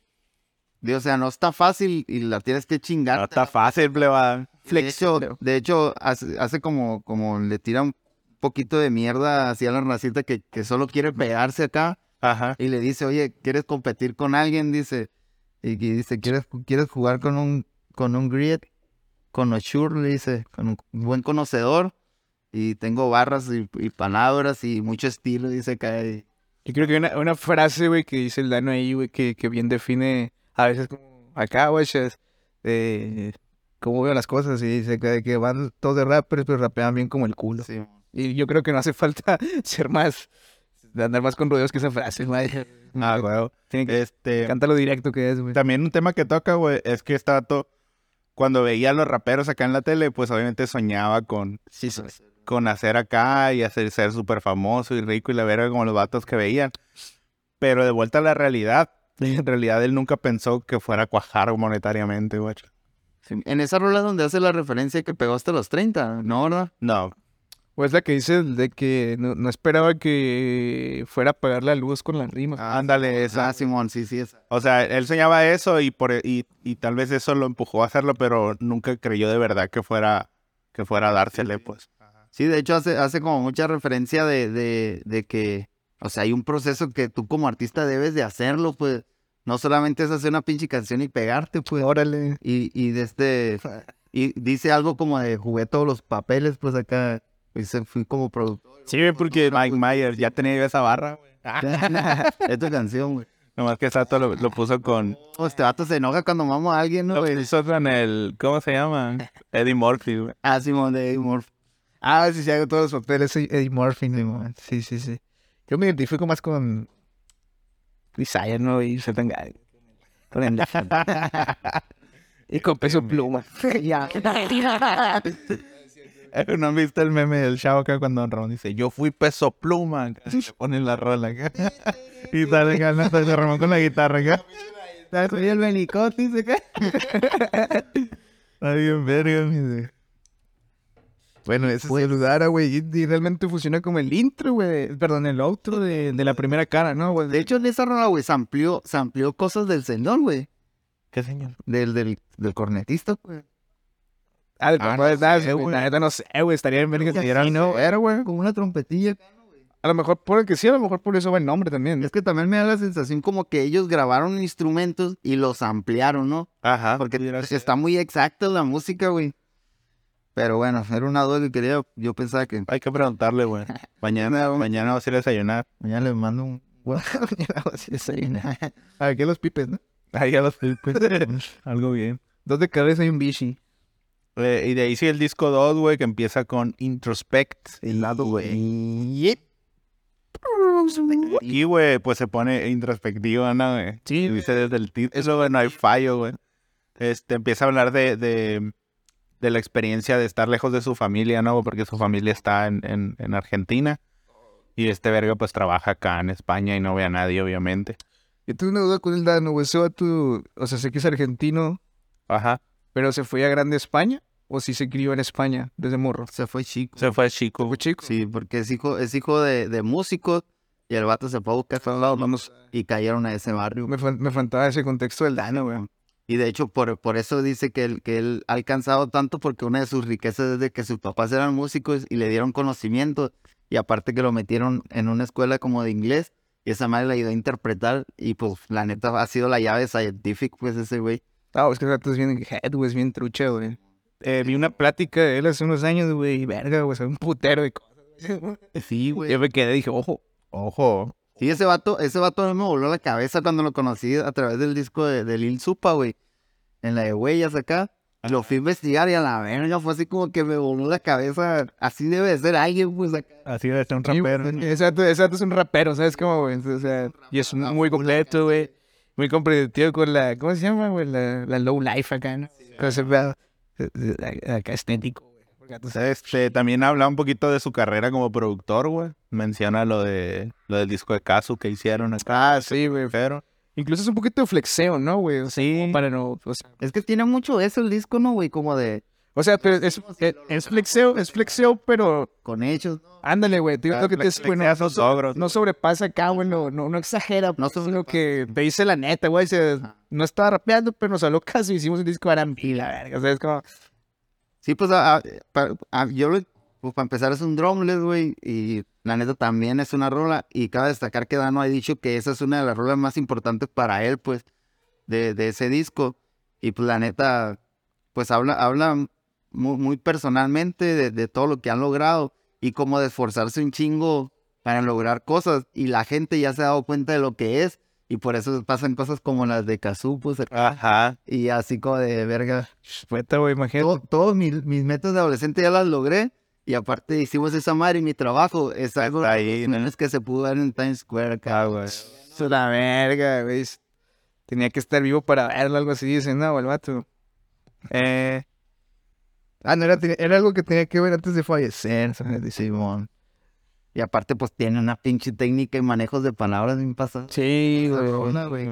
de, o sea, no está fácil y la tienes que chingar. No Ah, está fácil, plebada. De hecho, Flexible. de hecho hace, hace como, como le tira un poquito de mierda hacia la racita que, que solo quiere pegarse acá Ajá. y le dice, oye, ¿quieres competir con alguien? Dice, y, y dice, ¿quieres, ¿quieres jugar con un, con un grid? Con Oshur, le dice, con un buen conocedor. Y tengo barras y, y palabras y mucho estilo, dice acá. y- Yo creo que hay una, una frase, güey, que dice el Dano ahí, güey, que, que bien define a veces como acá, güey, es, eh, cómo veo las cosas. Y dice que, que van todos de rappers, pero rapean bien como el culo. sí, Y yo creo que no hace falta ser más, andar más con rodeos que esa frase, madre. Ah, güey. Tiene que Este. cantar lo Eh, directo que es, güey. También un tema que toca, güey, es que este vato, cuando veía a los raperos acá en la tele, pues obviamente soñaba con, Sí, con hacer acá y hacer ser súper famoso y rico y la verga como los vatos que veían. Pero de vuelta a la realidad, en realidad él nunca pensó que fuera a cuajar monetariamente, güey. sí. En esa rola es donde hace la referencia que pegó hasta los 30, ¿no, verdad? No, O es la que dice de que no, no esperaba que fuera a pagar la luz con las rimas. ándale, esa. Ah, Simón, sí, sí, esa. O sea, él soñaba eso y, por, e, y, y tal vez eso lo empujó a hacerlo, pero nunca creyó de verdad que fuera, que fuera a dársele, pues. Sí, de hecho hace, hace como mucha referencia de, de, de que, o sea, hay un proceso que tú como artista debes de hacerlo, pues, no solamente es hacer una pinche canción y pegarte, pues, Órale. y, y de este, y dice algo como de jugué todos los papeles, pues acá, y se fui como productor. Sí, porque Mike Myers ya tenía esa barra, güey. Esta canción, güey. Nomás que Sato lo, lo puso con. Oh, Este vato se enoja cuando mamo a alguien, ¿no, Lo güey? puso con el. ¿Cómo se llama? Eddie Murphy, güey. Ah, Simón de Eddie Murphy. Ah, sí, sí, hago todos los papeles. Soy Eddie Murphy, ¿no? Sí, sí, sí. Yo me identifico más con. Isaiah, ¿no? Y Satanga. Con el. Este, y con peso pluma. ya. Eh, ¿No han visto el meme del chavo acá cuando Don Ramón dice, yo fui peso pluma? acá, y Le ponen la rola acá. y sale ganando Don Ramón con la guitarra acá. Soy el benicotis, ¿qué? Está bien verga, mi de- Bueno, ese es el Udara, güey. Y, y realmente funciona como el intro, güey. Perdón, el outro de, de la primera cara, ¿no, güey? De hecho, en esa rola, güey, se amplió, se amplió cosas del sendón, güey. ¿Qué señor? Del, del, del cornetista, güey. ah, de ah, papá de no Daz, sé, güey. güey. La neta no sé, güey. Estaría en verga Ya si era sí, no, era, güey. Con una trompetilla. A lo mejor por el que sí, a lo mejor por eso va el nombre también. Es que también me da la sensación como que ellos grabaron instrumentos y los ampliaron, ¿no? Ajá. Porque pudiera ser. está muy exacta la música, güey. Pero bueno, era una duda que quería. Yo pensaba que Hay que preguntarle, güey. Mañana, mañana vas a ir a desayunar. mañana les mando un. Aquí los pipes, ¿no? Ahí a los pues, Algo bien. Dos de cabeza y un bichi. Eh, y de ahí sí el disco 2, güey, que empieza con Introspect. El lado, güey. Y, güey, pues se pone introspectiva, ¿no, güey? Sí, Y dice desde el título, güey, no hay fallo, güey. Este, empieza a hablar de, de, de la experiencia de estar lejos de su familia, ¿no? Porque su familia está en, en, en Argentina. Y este verga, pues, trabaja acá en España y no ve a nadie, obviamente. Yo tuve una duda con el Dano, güey. Ese vato, o sea, sé que es argentino, Ajá. pero se fue a Grande España o si se crió en España desde morro. Se fue chico. Se fue chico. Fue chico. Sí, porque es hijo, es hijo de, de músicos y el vato se fue a buscar traslado Vamos. y cayeron a ese barrio. Me, fal- me faltaba ese contexto del Dano, güey. Y de hecho, por, por eso dice que él, que él ha alcanzado tanto porque una de sus riquezas es de que sus papás eran músicos y le dieron conocimiento. Y aparte que lo metieron en una escuela como de inglés y esa madre le ayudó a interpretar. Y pues la neta ha sido la llave de Scientific, pues ese güey. Ah, es que el vato es bien head, güey, es bien trucha, güey. Eh, vi una plática de él hace unos años, güey, y verga, güey, sabe un putero de cosas. güey. Sí, Yo me quedé y dije, ojo, Ojo. Sí, ese vato, ese vato a mí me voló la cabeza cuando lo conocí a través del disco de, de Lil Supa, güey. En la de huellas acá. Lo fui a investigar y a la verga fue así como que me voló la cabeza. Así debe de ser alguien, pues acá. Así debe ser un Exacto, exacto, es un rapero, ¿sabes cómo, güey? Entonces, O sea, y es un- muy completo, güey. Muy comprometido con la, ¿cómo se llama, güey? La, la low life acá, ¿no? Con ese pedo. Eh, eh, Acá estético, güey. Porque tú sabes- Este, también habla un poquito de su carrera como productor, güey. Menciona lo de lo del disco de Casu que hicieron acá. Ah, sí, güey. Pero Incluso es un poquito de flexeo, ¿no, güey? O sea, Sí. como Para no, o sea, Es que tiene mucho eso el disco, ¿no, güey? Como de o sea, pero es, es, es flexeo, es flexeo, pero con hechos. ¿no? ándale, güey. Te digo lo que te le- bueno, le hace logros. no sobrepasa acá, güey, no, no, no exagera. No es lo que te dice la neta, güey. dice, no estaba rapeando, pero nos habló casi hicimos un disco de R&B, la verga. ¿sabes? Como, Sí, pues a- a- pa- a- yo lo- pues, para empezar es un drumless, güey, y la neta también es una rola, y cabe destacar que Dano ha dicho que esa es una de las rolas más importantes para él, pues, de, de ese disco, y pues la neta, pues habla, habla mu- muy, personalmente de, de todo lo que han logrado, y como de esforzarse un chingo para lograr cosas, y la gente ya se ha dado cuenta de lo que es, y por eso pasan cosas como las de Kazoo, pues, Ajá. y así como de verga Puta, güey, imagínate. todo- todos mis, mis metas de adolescente ya las logré. Y aparte hicimos esa madre y mi trabajo es algo Está de ahí, los menos que se pudo dar en Times Square acá. Ah, güey. Es una verga, güey. es- Tenía que estar vivo para verlo, algo así, dicen, no, el vato. Eh, Ah, no, era, era algo que tenía que ver antes de fallecer, ¿sabes? Dice, Simón. Y aparte pues tiene una pinche técnica y manejos de palabras bien pasadas. Sí, Cabrona, güey.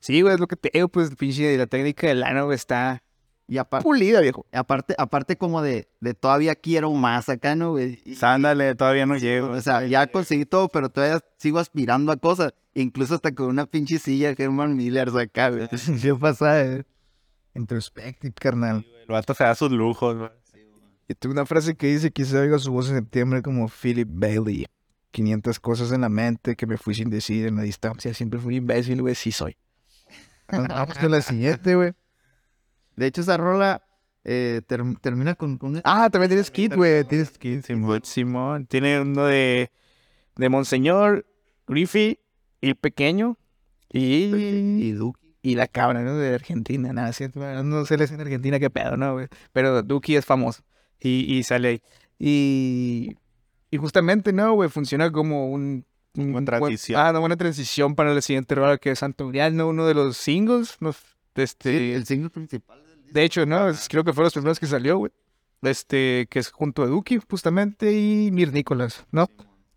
Sí, güey, es lo que te digo, pues, pinche, la técnica del ano, güey, está Y apar- pulida, viejo. aparte, aparte como de, de todavía quiero más acá, ¿no, güey? Y- Sándale, todavía no llego. O sea, ya conseguí todo, pero todavía sigo aspirando a cosas. Incluso hasta con una pinche silla Herman Miller acá, güey. ¿Qué pasa? eh? Introspective, carnal. El vato se da sus lujos, güey. Y tengo una frase que dice, quizá oiga su voz en septiembre como Philip Bailey. 500 cosas en la mente que me fui sin decir en la distancia. Siempre fui imbécil, güey, sí soy. Vamos con la siguiente, güey. De hecho, esa rola eh, term- termina con, con una- Ah, también tienes kit, güey. Tienes Simón. Simón. Tiene uno de, de Monseñor. Griffey, el pequeño y, Y Duki. y la cabra, ¿no? De Argentina, nada, ¿cierto? Bueno, No sé, les en Argentina qué pedo, ¿no? güey? Pero Duki es famoso y, y sale ahí. Y, y justamente, ¿no, güey? Funciona como un... un- Buena un buen- transición. ah, una buena transición para la siguiente rola que es Santorial, ¿no? Uno de los singles, ¿no? Este, Sí, el signo principal del disco. de hecho, no, Es- creo que fue los primeros que salió, güey. Este, que es junto a Duki, justamente, y Mir Nicolás, ¿no?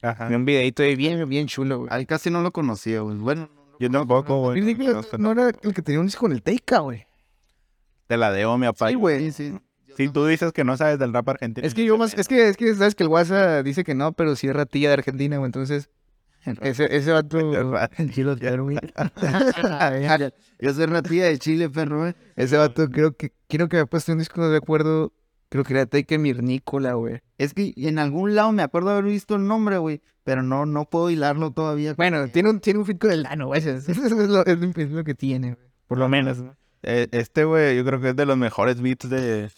Ajá. Y Un videito ahí bien, bien chulo, güey. Ahí casi no lo conocía, güey. Bueno, Yo tampoco, güey. Mir No, Nicolás no, no era el que tenía un disco con el Teika, güey. Te la debo, mi papá. Sí, güey. sí, sí. Si tú dices que no sabes del rap argentino. Es que yo más, es que, es que sabes que el WhatsApp dice que no, pero sí es ratilla de Argentina, güey. Entonces, ese, ese vato. Tranquilo, claro, güey. Yo soy una tía de Chile, perro, güey. ese vato, creo que, creo que me ha puesto un disco, no recuerdo. Creo que era Teika y Mirnícola, güey. Es que en algún lado me acuerdo haber visto el nombre, güey. Pero no, no puedo hilarlo todavía. Bueno, tiene un, tiene un fit con el Dano, güey. Eso es lo, es lo- es lo que tiene, güey. Por lo menos, ¿no? Eh, Este, güey, yo creo que es de los mejores beats de,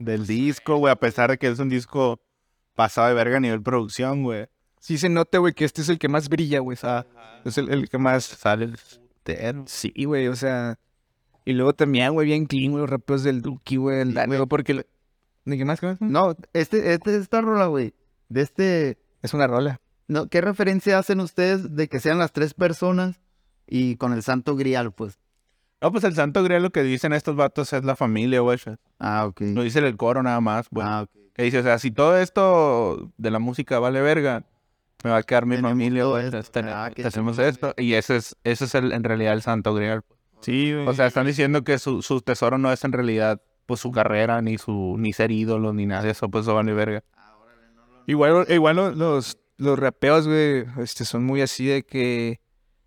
del disco, güey. A pesar de que es un disco pasado de verga a nivel producción, güey. Sí se nota, güey, que este es el que más brilla, güey. o sea, es el, el que más... Sale el putero. Sí, güey, o sea... Y luego también, güey, bien clean, güey, los rapeos del Duki, güey, el Dano, porque... lo- ¿De qué más? ¿Qué más? No, este, este, esta rola, güey. De este. Es una rola. No, ¿Qué referencia hacen ustedes de que sean las tres personas y con el santo grial, pues? No, pues el santo grial lo que dicen estos vatos es la familia, güey. Ah, ok. Lo dice el coro nada más, güey. Ah, ok. Que dice, o sea, si todo esto de la música vale verga, me va a quedar mi Tenemos familia, todo güey. esto. entonces tenemos- Ah, qué hacemos esto. Y ese es, ese es el, en realidad el santo grial. Sí, güey. O sea, están diciendo que su, su tesoro no es en realidad pues su carrera, ni su, ni ser ídolo, ni nada de eso, pues eso vale verga. Igual, igual lo- los, los rapeos, güey, este, son muy así de que,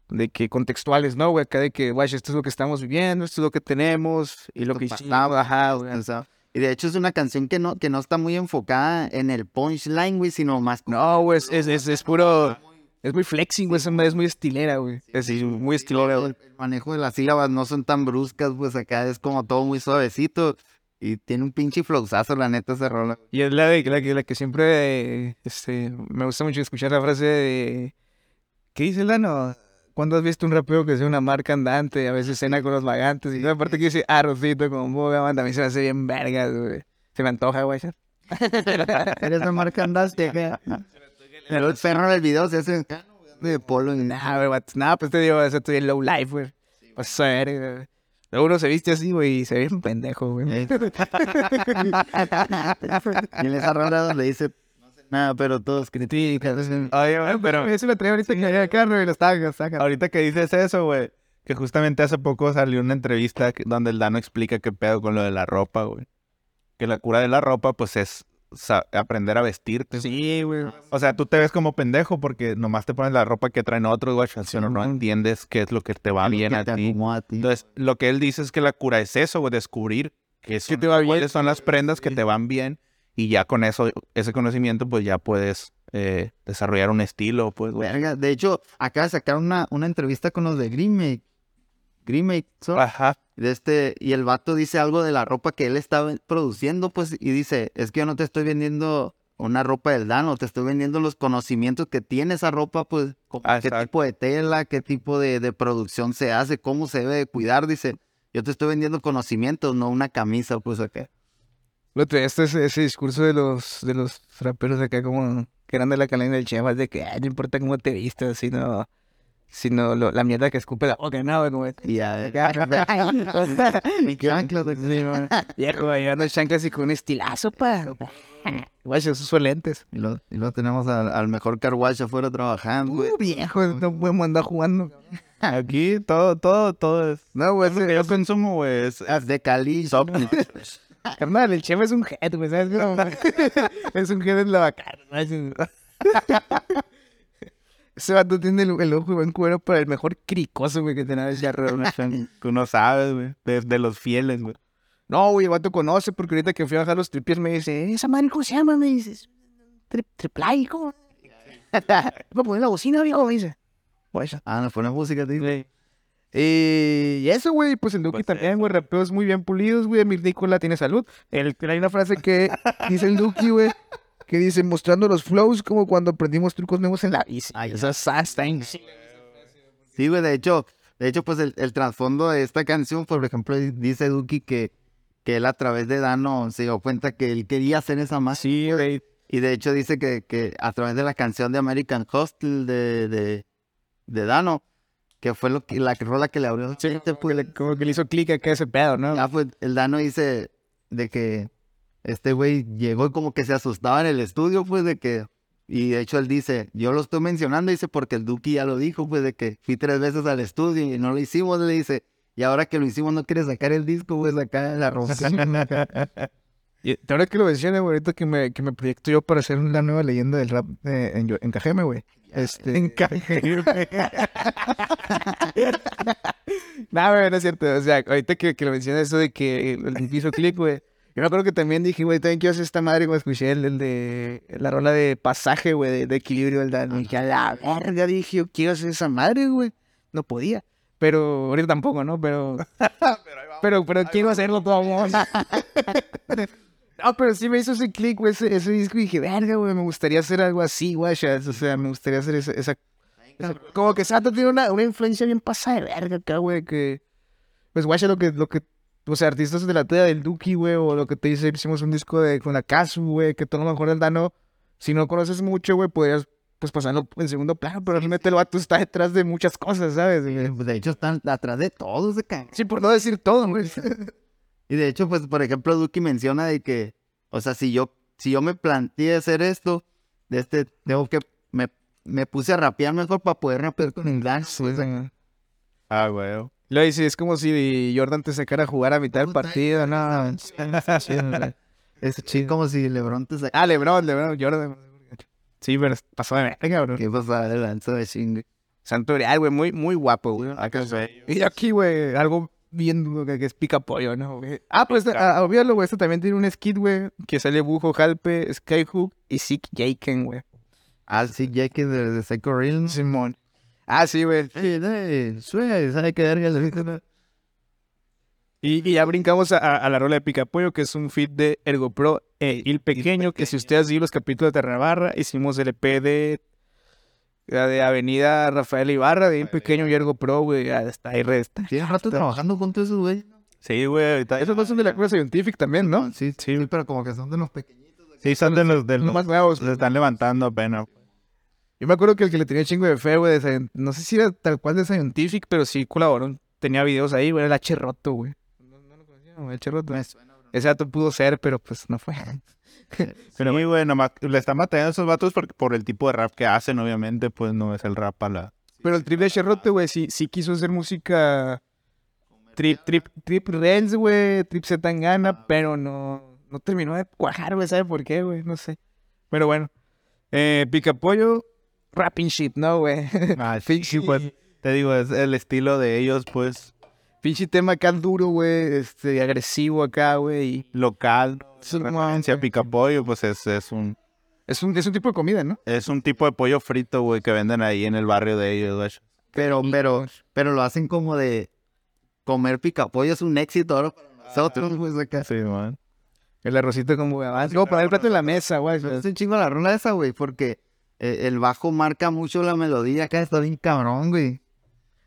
de que contextuales, ¿no, güey? Acá de que, güey, esto es lo que estamos viviendo, esto es lo que tenemos y lo que Pasado, hicimos, ajá, güey. O sea, Y de hecho es una canción que no, que no está muy enfocada en el punchline, güey, sino más como- No, güey, es, es, es, es puro... Es muy flexing, güey, esa madre es muy estilera, güey. Es sí, muy estilera, güey. el, el manejo de las sílabas no son tan bruscas, pues acá es como todo muy suavecito. Y tiene un pinche flowzazo, la neta, esa rola. Y es la, de, la, que, la que siempre eh, este, me gusta mucho escuchar la frase de... ¿Qué dice el Dano? ¿Cuándo has visto un rapero que sea una marca andante? A veces cena con los vagantes. Y luego aparte que dice arrocito con boga, man, también se me hace bien vergas, güey. Se me antoja, güey. Eres la marca andaste acá. Pero el perro del video se hace acá, ¿no? de polo. y- Nah, güey, what- nah, pues te digo, eso estoy en low life, güey. Pues a ver, güey. Luego uno se viste así, güey, y se ve un pendejo, güey. Eh. Y en esa rola donde dice, no sé nada, pero todos critican. Oye, Ah, güey, pero Eso me trae ahorita que había carro y lo estaba sacando. ahorita que dices eso, güey, que justamente hace poco salió una entrevista que- donde el Dano explica qué pedo con lo de la ropa, güey. Que la cura de la ropa, pues es sa- aprender a vestirte. Sí, güey. O sea, tú te ves como pendejo porque nomás te pones la ropa que traen otros, güey, si no, no entiendes qué es lo que te va bien Que a te ti. acomoda a ti. Entonces, lo que él dice es que la cura es eso, güey, descubrir que son, te va bien. cuáles son las prendas que te van bien y ya con eso, ese conocimiento, pues ya puedes eh, desarrollar un estilo, pues, güey. Verga, de hecho, acaba de sacar una, una entrevista con los de Grimmake. Grimmake, son- Ajá. de este, y el vato dice algo de la ropa que él estaba produciendo, pues, y dice, es que yo no te estoy vendiendo una ropa del Dano, te estoy vendiendo los conocimientos que tiene esa ropa, pues, como Ah, qué exacto. tipo de tela, qué tipo de, de producción se hace, cómo se debe de cuidar, dice, yo te estoy vendiendo conocimientos, no una camisa, pues, acá. Lo te este es ese discurso de los, de los raperos acá como que eran de la cadena del Chevas de que "Ah, no importa cómo te vistas, sino, sino lo- la mierda que escupe la boca, no, güey, como este. Y ya, Mi chancla, güey. Viejo, güey, llevando chanclas y con un estilazo, pa. Güey, esos sus lentes. y luego y luego tenemos al, al mejor carwash afuera trabajando, güey. Uh, viejo, no podemos andar jugando. Aquí todo, todo, todo es. No, güey, Lo que yo consumo, güey, es. As de Cali. pues, Carnal, el chef es un head, güey, ¿sabes? cómo? es un head en la vaca. ¿no? Ese- Ese vato tiene el, el ojo y buen cuero para el mejor cricoso, güey, que tenés ya Tú no sabes, güey. De, de los fieles, güey. No, güey, el vato conoce, porque ahorita que fui a bajar los tripies me dice, esa madre, ¿cómo se llama? Me dice, "Tri- triplay, ¿cómo? Voy a poner la bocina, viejo, me dice. Güey, eso. Ah, nos pones música, tío. Eh, Y eso, güey, pues el Duki Pues también, güey, rapeos muy bien pulidos, güey. Mir Nicola tiene salud. El, hay una frase que dice el Duki, güey, que dice mostrando los flows como cuando aprendimos trucos nuevos en la bici. Ay, Esa está en- Sí, güey, de hecho, de hecho, pues el, el trasfondo de esta canción, pues, por ejemplo, dice Duki que, que él a través de Dano se dio cuenta que él quería hacer esa más. Sí, güey. Y de hecho dice que, que a través de la canción de American Hostel de, de, de Dano, que fue lo que, la rola que le abrió. pues, Sí, porque le- como que le hizo clic acá ese pedo, ¿no? Ya fue- Ah, pues, el Dano dice de que este güey llegó y como que se asustaba en el estudio, pues de que... Y de hecho él dice, yo lo estoy mencionando, dice, porque el Duki ya lo dijo, pues de que fui tres veces al estudio y no lo hicimos, le dice, y ahora que lo hicimos no quiere sacar el disco, pues acá la rompimos. Y ahora que lo mencioné, güey, ahorita que me, que me proyecto yo para ser la nueva leyenda del rap eh, en, yo- en Cajeme, güey. Este... En Cajeme. no, güey, no es cierto. O sea, ahorita que, que lo mencioné eso de que el, el piso click, güey. Yo me acuerdo que también dije, güey, también quiero hacer esta madre cuando escuché el, el de la rola de pasaje, güey, de, de equilibrio, el Dan. Dije, a la verga, dije, yo quiero hacer esa madre, güey. No podía. Pero ahorita tampoco, ¿no? Pero. pero, pero quiero hacerlo todavía. Ah, pero sí me hizo ese click, güey, ese, ese disco. Y dije, verga, güey, me gustaría hacer algo así, güey. O sea, me gustaría hacer esa. esa- esa- como que Sato tiene una, una influencia bien pasada de verga acá, güey. Que. Pues, guacha, lo que, lo que. O sea, artistas de la tela del Duki, güey, o lo que te dice, hicimos un disco de, con la Kazu, güey, que tú a lo mejor el Dano, si no conoces mucho, güey, podrías, pues, pasarlo en segundo plano, pero realmente el vato está detrás de muchas cosas, ¿sabes? güey? pues, de hecho están atrás de todos, acá. Sí, por no decir todo, güey. Y de hecho, pues, por ejemplo, Duki menciona de que, o sea, si yo, si yo me planteé hacer esto, de este, tengo que, me, me puse a rapear mejor para poder rapear con el pues, dance. güey. Ah, güey. Lo dice, es como si Jordan te sacara a jugar a mitad del partido, no. Es chido, como si Lebron te saca. Ah, Lebron, Lebron, Jordan. Sí, pero pasó de verga, bro. ¿Qué pasa de lanza de chingue? Santo Grial, güey, muy, muy guapo, güey. Acá se Y aquí, güey, algo bien duro que, que es pica pollo, ¿no? güey? Ah, pues, a, a obviarlo, güey, esto también tiene un skit, güey, que sale Bujo, Halpe, Skyhook y Sick Jaken, güey. Al Ah, sí, Jackie de, de Psycho Realm. Sí, Simón. Ah, sí, güey. de, suena, sabe qué verga le dicen, ¿no? Y, y ya brincamos a, a- a la rola de Picapollo, que es un feed de Ergo Pro e Il Pequeño, que si ustedes vieron los capítulos de Terrabarra, hicimos el EP de, la de Avenida Rafael Ibarra, de Il Pequeño y Ergo Pro, güey, ya está ahí resta. Tienes rato trabajando con todos esos güey. Sí, güey, ahorita. Esos dos son de la Cruz Scientific también, ¿no? Sí, sí, pero como que son de los pequeñitos. güey. Sí, son de los de Los los. más nuevos. pues, Se están levantando apenas. Yo me acuerdo que el que le tenía chingo de fe, güey, de Scien- no sé si era tal cual de Scientific, pero sí colaboró, tenía videos ahí, güey, era el H roto, güey. No, lo conocían, el H roto. Ese dato pudo ser, pero pues no fue. Pero muy bueno, ma- le están batallando a esos vatos por, por el tipo de rap que hacen, obviamente, pues no es el rap a la. Pero el trip de Cherrote, güey, sí, sí quiso hacer música trip, trip, trip Renz, güey, trip Zetangana, pero no, no terminó de cuajar, güey, ¿sabe por qué, güey? No sé. Pero bueno, eh, Picapollo, rapping shit, ¿no, güey? Ah, sí, sí, pues. Te digo, es el estilo de ellos, pues, Pinche tema acá duro, güey, este, agresivo acá, güey. y local. Sí, no, Referencia a güey. picapollo, pues es, es un. Es un, es un tipo de comida, ¿no? Es un tipo de pollo frito, güey, que venden ahí en el barrio de ellos, güey. Pero, pero, pero lo hacen como de comer picapollo es un éxito ahora para nosotros, pues acá. Sí, man. El arrocito como avance. Como poner el plato en la mesa, güey. Pero es un chingo la rola esa, güey, porque eh, el bajo marca mucho la melodía. Acá está bien cabrón, güey.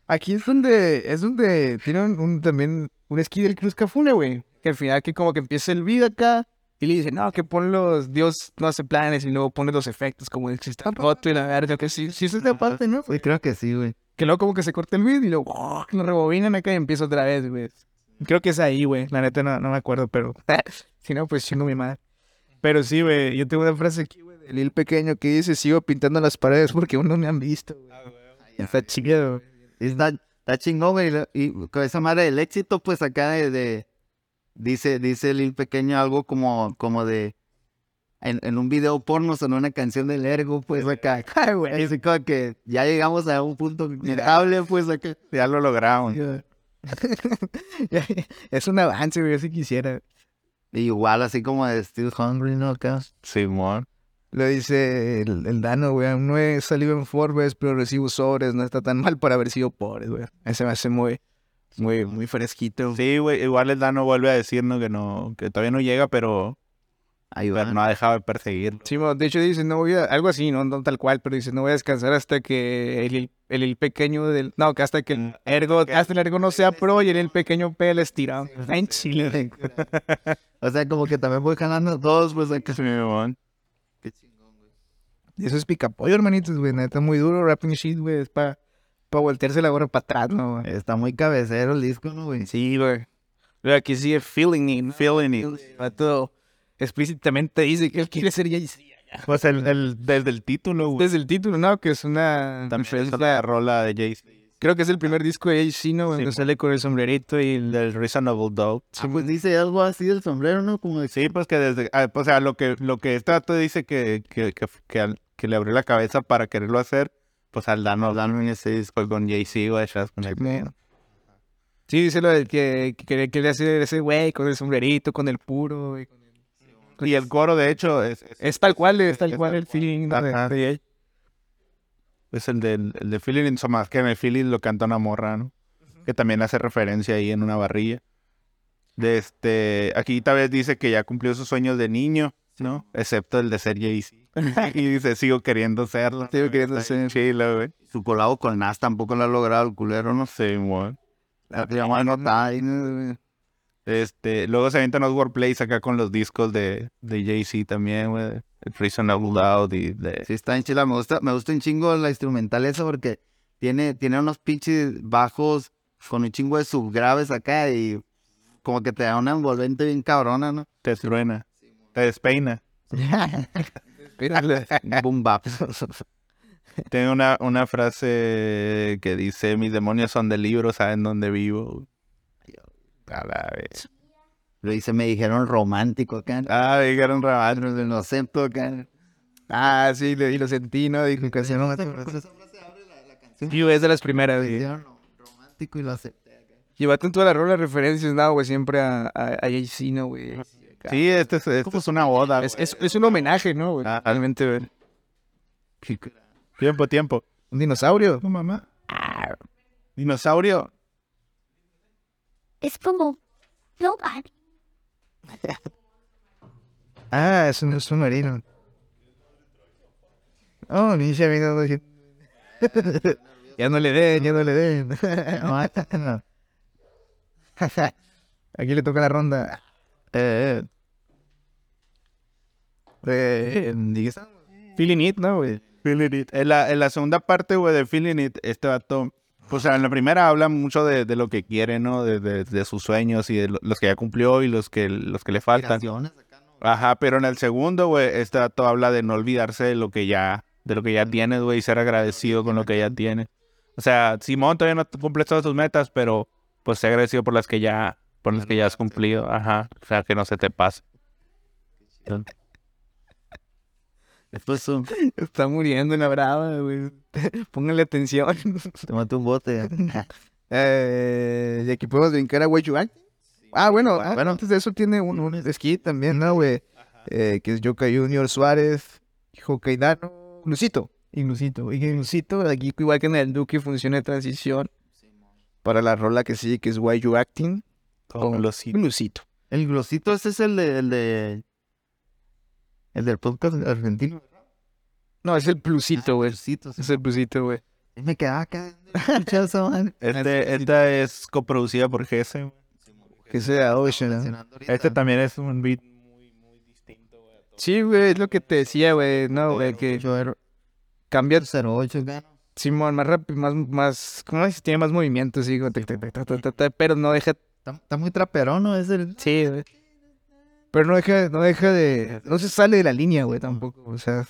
Aquí es donde, es donde tienen un, también un esquí del Cruz Cafune, güey. Que al final que como que empieza el beat acá y le dice, no, que pon los, Dios no hace planes y luego pone los efectos como el cristal roto y la verga, que sí, sí es esta parte, ¿no? Sí, creo que sí, güey. Que luego como que se corta el beat y luego ¡oh! lo rebobinan acá y empieza otra vez, güey. Creo que es ahí, güey. La neta no, no me acuerdo, pero si no, pues chingo mi madre. Pero sí, güey, yo tengo una frase aquí, güey, del Lil Pequeño que dice, sigo pintando las paredes porque aún no me han visto, Ah, güey. Está chido, güey. Está, está chingón, güey. lo- Y con esa madre del éxito, pues acá de. de- dice, dice Lil Pequeño algo como, como de. En, en un video porno sonó una canción del Ergo, pues acá. Ay, güey. Así como que ya llegamos a un punto inestable, pues acá. Ya lo lograron. es un avance, güey, si quisiera. Igual, así como de Still Hungry, ¿no? Acá. Simón. Lo dice el, el Dano, güey. aún No he salido en Forbes, pero recibo sobres. No está tan mal por haber sido pobre, güey. Ese me hace muy, muy, muy fresquito. Sí, güey, igual el Dano vuelve a decirnos que no, que todavía no llega, pero Ahí pero va. no ha dejado de perseguirlo. Sí, mo, de hecho dice, no voy a, algo así, no, no tal cual, pero dice, no voy a descansar hasta que el, el, el pequeño del, no, que hasta que el ergo, hasta el ergo no sea pro y el, el pequeño P el estirado. En Chile. O sea, como que también voy ganando dos, pues acá. Simón. Qué chingón, güey. Y eso es picapollo, hermanitos, güey, neta, muy duro, rapping shit, güey, es para pa voltearse la gorra para atrás, no, güey. Está muy cabecero el disco, ¿no, güey? Sí, güey. Luego aquí sigue feeling it, ¿no? Feeling it. Vato explícitamente dice que él quiere ser ya Pues el, el, desde el título, güey. Desde el título, ¿no? Que es una... También es es la- la rola de Jay-Z. creo que es el primer disco de jay ¿no? Donde mo. sale con el sombrerito y el... Del Reasonable Doubt. Ah, pues dice algo así del sombrero, ¿no? Como de- Sí, pues que desde, ah, o sea, lo que, lo que este vato dice que, que, que, que, al- que le abrió la cabeza para quererlo hacer, pues al darnos, darme ese disco con Jay-Z, güey, ya es con el- Sí, dice lo del que, que quería- quería hacer ese güey con el sombrerito, con el puro, güey. pues. Y el coro, de hecho, es, es, Es tal cual, es tal Es cual tal el feeling ¿no? de, Ajá. de Jay. es el del el de Feeling in Somaz, que en el Feeling lo canta una morra, ¿no? Que también hace referencia ahí en una barrilla. De este, aquí tal vez dice que ya cumplió sus sueños de niño, ¿no? Excepto el de ser Jay-Z. y dice, sigo queriendo serlo. Sigo queriendo Está bien ser. Chilo, güey. Su colado con Nas tampoco lo ha logrado el culero, ¿no? Sí, güey. La llamada no está ahí, ¿no, güey? Este, luego se avientan los Warplays acá con los discos de, de Jay-Z también, güey. El Reasonable Doubt y de... Sí, está en chila. Me gusta, me gusta un chingo la instrumental esa porque tiene, tiene unos pinches bajos con un chingo de subgraves acá y como que te da una envolvente bien cabrona, ¿no? Te truena. Te despeina. Míralo. Boom bap. Tengo una, una frase que dice, mis demonios son de libro, saben dónde vivo. A la vez. Lo hice, me dijeron romántico acá. Ah, dijeron rabal. Pero no sé, acá. Ah, sí, lo- y lo sentí, ¿no? Dijo que así, Pues no, Sí, güey, es de las primeras, Me güey. dijeron ro- romántico y lo acepté acá. Llevaste en toda la rola referencias, ¿no, güey? Siempre a, a, a Jay-Z, ¿no, güey? Sí, este es, esto es una boda. Es, güey. es, es un homenaje, ¿no, güey? Ah. Realmente, güey. Tiempo, tiempo. Un dinosaurio. No, mamá. Dinosaurio. It's como nobody. Ah, es un submarino. Oh, ni se vino. Ya no le den, ya no le den. No. Aquí le toca la ronda. Eh, eh. Feeling it, ¿no, güey? Feeling It. En la, en la segunda parte, güey, de Feeling It, este vato, pues o sea, en la primera habla mucho de, de lo que quiere, ¿no? De, de- de sus sueños y de lo- los que ya cumplió y los que, los que le faltan. Canciones acá, ¿no? Ajá, pero en el segundo, güey, este vato habla de no olvidarse de lo que ya, de lo que ya tienes, güey, y ser agradecido con lo que ya tienes. O sea, Simón todavía no cumple todas sus metas, pero pues sé agradecido por las que ya, por las que ya has cumplido. Ajá, o sea, que no se te pase. Después zoom, Está muriendo en la brava, güey. Pónganle atención. tómate un bote. Eh, y aquí podemos brincar a Way You Act. Ah, bueno, ah, antes de eso tiene un, un esquí también, ¿no, güey? Eh, que es Yoka Junior, Suárez, Jocaidano, Lucito. Y Lucito. Y que Lucito, aquí igual que en el Duque, funciona de transición para la rola que sigue, que es Why You Acting. Como los sí. Lucito. El glosito ese es el de, el de el del podcast argentino. No, es el Plusito, güey. Glosito, sí. Es el Plusito, güey. Me quedaba acá. escuchaba esa madre. Este, esta es coproducida por GS, güey. Que sea Ocean. ¿no? Este también es un beat Sí, güey, es lo que te decía, güey. No, güey, que Yo era cambia 08 gano. Simón, más rápido, más, más, ¿cómo dices? Tiene más movimiento, sí, como tac, tac, tac, tac, tac, tac, tac, pero no deja, Está, está muy traperón, ¿no? Es el sí, güey. Pero no deja, no deja de, no se sale de la línea, güey, tampoco, o sea,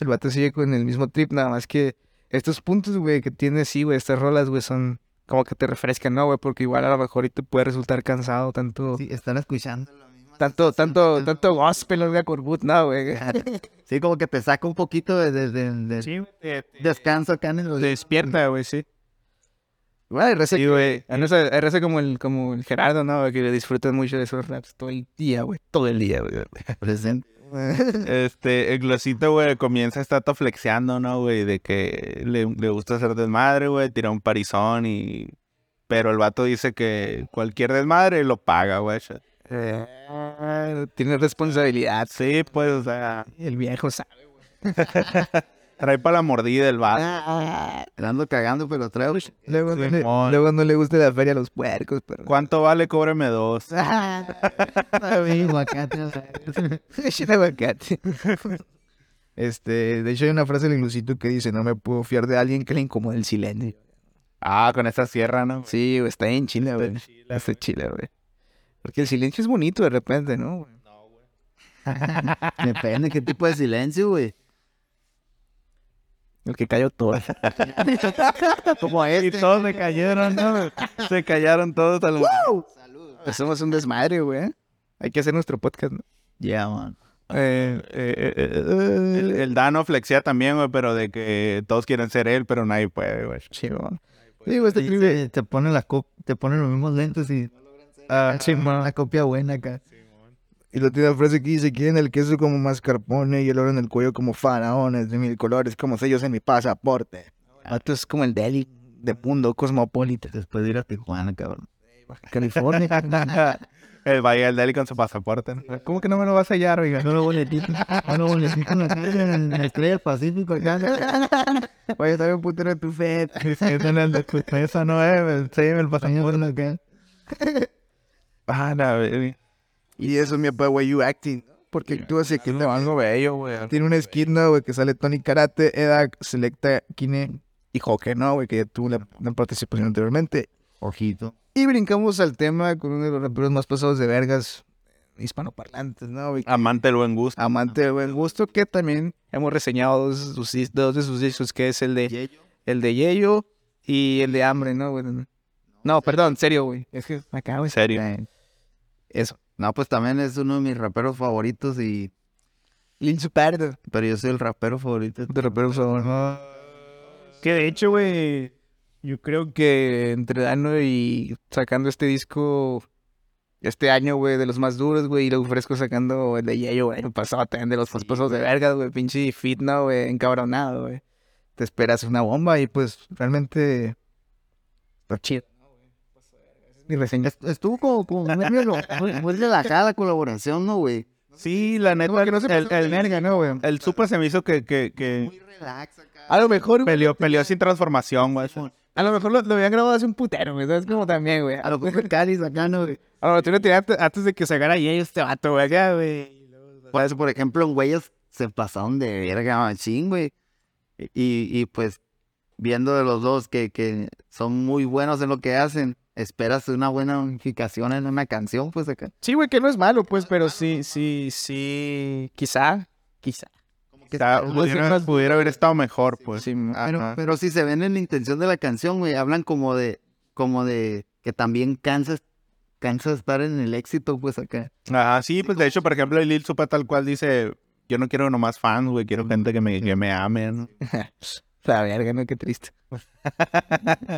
el vato sigue con el mismo trip, nada más que estos puntos, güey, que tiene, sí, güey, estas rolas, güey, son como que te refrescan, ¿no, güey? Porque igual a lo mejor y te puede resultar cansado tanto, sí, están escuchando la misma tanto, sensación. tanto, tanto gospel, Olga Corbut, no, güey. Sí, como que te saca un poquito de, de- de- de- Sí, güey, te- te- descanso acá Pues, en el Te despierta, güey, sí. Igual RC, güey. A no ser- RC como el, como el Gerardo, ¿no? Que disfrutan mucho de esos raps todo el día, güey. Todo el día, güey. presente. Este, el glosito, güey, comienza está todo flexeando, ¿no, güey? De que le, le gusta hacer desmadre, güey, tira un parizón y... Pero el vato dice que cualquier desmadre lo paga, güey. Eh, tiene responsabilidad. Sí, pues, o sea, El viejo sabe. trae para la mordida el vato. La ando cagando, pero traigo. Luego, no le, Simón. luego no le gusta la feria a los puercos, pero. ¿Cuánto vale? Cóbreme dos. Es un aguacate. Este, de hecho hay una frase del Ilusito que dice, no me puedo fiar de alguien que le incomode el silencio. Ah, con esta sierra, ¿no? Sí, güey, está en Chile, güey. Está en Chile, güey. Porque el silencio es bonito de repente, ¿no? güey? Depende qué tipo de silencio, güey. El que cayó todo. Como Y este. todos se cayeron, ¿no? Se callaron todos. A lo... Pues Somos un desmadre, güey. ¿eh? Hay que hacer nuestro podcast, ¿no? Yeah, man. Eh, eh, eh, eh, eh. El, el Dano flexea también, güey, pero de que todos quieren ser él, pero nadie puede, güey. Chimón. Digo, este Sí, clip te, te ponen las cop- te ponen los mismos lentes y Ah, la copia buena acá. Y la tiene frase que dice, quieren el queso como mascarpone y el oro en el cuello como faraones de mil colores, como sellos en mi pasaporte. Esto es como el deli de mundo cosmopolita. Después de ir a Tijuana, cabrón. California. El Valle del Deli con su pasaporte, ¿no? ¿Cómo que no me lo vas a hallar, oiga? No lo boletito, no lo boletito en la calle, en la estrella del Pacífico acá. Voy a estar un putero de tu fe. Esa no es, se lleva el pasaporte acá. Ah, la verga. Y eso, mi papá, güey, you acting. Porque actúas y que no algo bello, güey. Tiene una esquina, güey, que sale Tony Karate, Edak, Selecta, Kine y Hoke, ¿no, güey? Que ya tuvo la, la participación anteriormente. Ojito. Y brincamos al tema con uno de los raperos más pasados de vergas eh, hispanoparlantes, ¿no, güey? Amante del buen gusto. Amante del buen gusto, que también hemos reseñado dos de sus, dis- dos de sus discos, que es el de el de Yeyo y el de Hambre, ¿no, güey? No, perdón, serio, güey. Es que acá, güey. Serio. Eso. No, pues también es uno de mis raperos favoritos y... Lil Superdo. Pero yo soy el rapero favorito. De rapero, por favor. Ah. Que de hecho, güey, yo creo que entre Dano y sacando este disco este año, güey, de los más duros, güey, y luego fresco sacando el de Yeyo, güey, el año pasado también de los más pasos de vergas, güey, pinche fitna, güey, encabronado, güey. Te esperas una bomba y pues realmente está chido. Mi reseña. Est- Estuvo como, como muy, relo- muy- muy relajada la colaboración, ¿no, güey? Sí, la neta. el, el, verga, ¿no, güey? el Super se me hizo que, que, que relax acá. A lo mejor, güey, peleó, peleó sin transformación, güey. a lo mejor lo, lo habían grabado hace un putero, güey, ¿sabes? Como también, güey. A lo que fue Cáliz acá, ¿no, güey? Ahora, tú lo tiraste antes de que sacara Yeyo este vato, güey, acá, güey. Por eso, por ejemplo, en güeyes se pasaron de verga machín, güey. Y, y pues, viendo de los dos que, que son muy buenos en lo que hacen, esperas una buena unificación en una canción, pues acá. Sí, güey, que no es malo, pues, pero sí, sí, sí, quizá, quizá. Está- Pues, pudiera, más- pudiera haber estado mejor, pues. Sí, Pero, Ajá. pero si se ven en la intención de la canción, güey, hablan como de, como de que también cansas, cansa estar en el éxito, pues acá. Ajá, sí, pues de hecho, por ejemplo, el Lil Supa tal cual dice, yo no quiero nomás fans, güey, quiero gente que me, que me ame, ¿no? la verga, no, qué triste.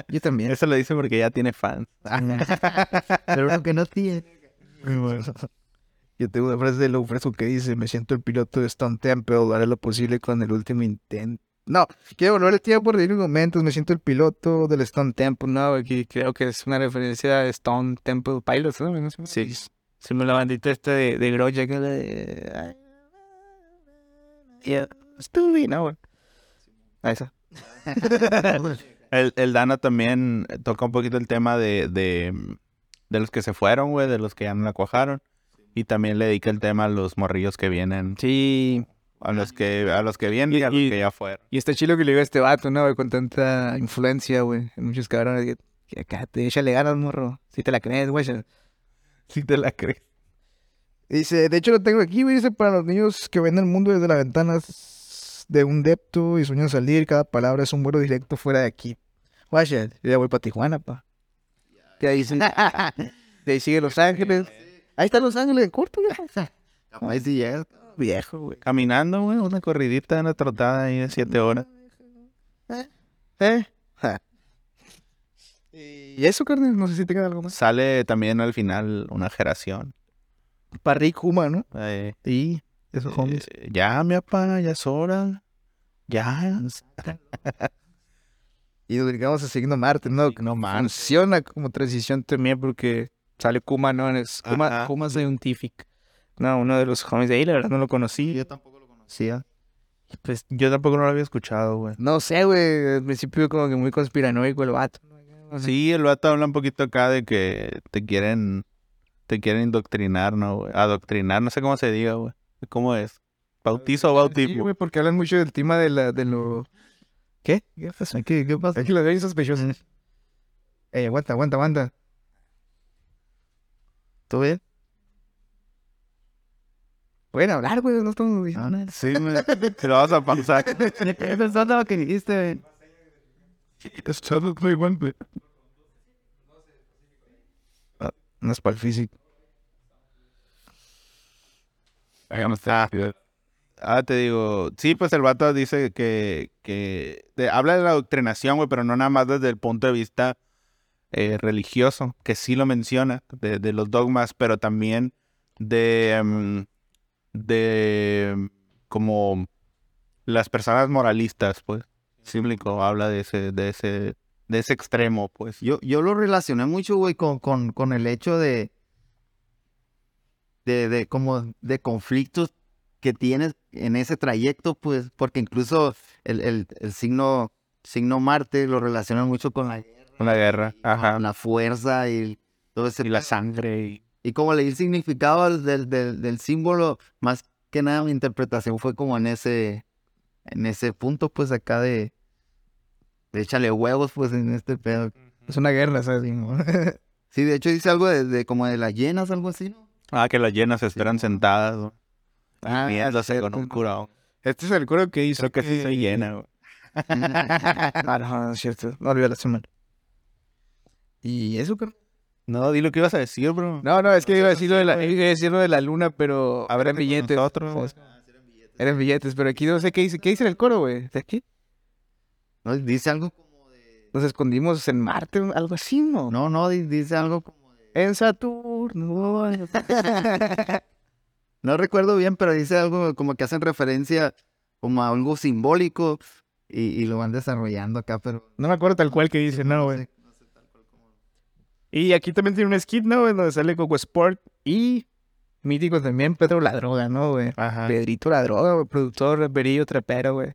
Yo también. Eso lo dice porque ya tiene fans. Pero uno que no tiene. Yo tengo una frase de Lou Fresco que dice, me siento el piloto de Stone Temple, haré lo posible con el último intento. No, quiero volver el tiempo de momentos, me siento el piloto del Stone Temple, no, güey, que creo que es una referencia a Stone Temple Pilots, ¿no? ¿No se llama? Sí. Se me la bandita esta de, de Groya que la de. Yeah, Stevie, no, güey. A esa. El, el Dano también toca un poquito el tema de, de, de los que se fueron, güey, de los que ya no la cuajaron. Y también le dedica el tema a los morrillos que vienen, Sí. a los que, a los que vienen y, Y- a los y- que ya fueron. Y está chilo que le dio a este vato, ¿no, güey? Con tanta influencia, güey. En muchos cabrones. Que, que acá te échale ganas, morro. Si te la crees, güey. Si te la crees. Dice, de hecho lo tengo aquí, güey. Dice, para los niños que ven el mundo desde la ventana s- de un depto y sueñan salir, cada palabra es un vuelo directo fuera de aquí. Guacha, yo ya voy para Tijuana, pa. De ahí, se- de ahí sigue Los Ángeles. Ahí está Los Ángeles en corto, güey. Capaz si llegas. Viejo, güey. Caminando, güey, una corridita, una trotada ahí de siete horas. ¿Eh? Ja. Y eso, carnal, no sé si te queda algo más. pues, Sale también al final una generación. Para Rick Huma, ¿no? Eh, Sí, esos homies. eh, ya, mi papá, ya es hora. Ya. Y nos dedicamos a signo Marte, ¿no? No Funciona como transición también porque sale Kuma, ¿no? Es Kuma, Ajá. Kuma Scientific. No, uno de los homies de ahí, la verdad no lo conocí. Yo tampoco lo conocía. Pues yo tampoco no lo había escuchado, güey. No sé, güey. Al principio como que muy conspiranoico el vato. Ajá. Sí, el vato habla un poquito acá de que te quieren, te quieren indoctrinar, ¿no? güey? Adoctrinar, no sé cómo se diga, güey. ¿Cómo es? ¿Bautizo o Sí, bautismo? güey, porque hablan mucho del tema de la, de lo... ¿Qué? ¿Qué pasa? ¿Qué, qué pasa? Es que lo veo bien sospechoso. Ey, aguanta, aguanta, aguanta. ¿Todo bien? Pueden hablar, güey, no estamos... Ah, no. Sí, me- te lo vas a pausar. Estoy pensando lo que dijiste. Ah, No es para el físico. Ah, ah, te digo, sí, pues el vato dice que, que de- habla de la adoctrinación, güey, pero no nada más desde el punto de vista eh, religioso, que sí lo menciona, de, de los dogmas, pero también de, em, de em, como las personas moralistas, pues. Síblico habla de ese, de ese, de ese extremo, pues. Yo, yo lo relacioné mucho, güey, con, con, con el hecho de, de, de, como, de conflictos que tienes en ese trayecto, pues, porque incluso el, el, el signo, signo Marte lo relacionan mucho con la, Con la guerra, ajá, con la fuerza y todo ese... y pedo. la sangre y Y como leí el significado al- del, del, del símbolo, más que nada mi interpretación fue como en ese, en ese punto, pues, acá de, de échale huevos, pues, en este pedo. Es una guerra, ¿sabes? Sí, mo. Sí, de hecho dice algo de, de como de las llenas, algo así, ¿no? Ah, que las llenas esperan sentadas. güey. Ah, Miéndose con un curado. Este es el coro que hizo. Creo que sí se llena, güey. Ah, no, no es cierto. No olvidé la semana. ¿Y eso, carnal? No, di lo que ibas a decir, bro. No, no, es que iba a decir lo de la, iba a decir lo de la luna, pero habrá billetes. Nosotros, Eran billetes, pero aquí no sé qué dice. ¿Qué dice en el coro, güey? ¿De aquí? No, Dice algo como de... Nos escondimos en Marte, algo así, ¿no? No, no, di- dice algo como de... En Saturno. No recuerdo bien, pero dice algo como que hacen referencia como a algo simbólico y, y lo van desarrollando acá, pero... No me acuerdo tal cual que dice, no, güey. Y aquí también tiene un skit, ¿no? güey? Donde sale Coco Sport y mítico también Pedro la droga, ¿no, güey? Ajá. Pedrito la droga, güey. Productor, raperillo, trapero, güey.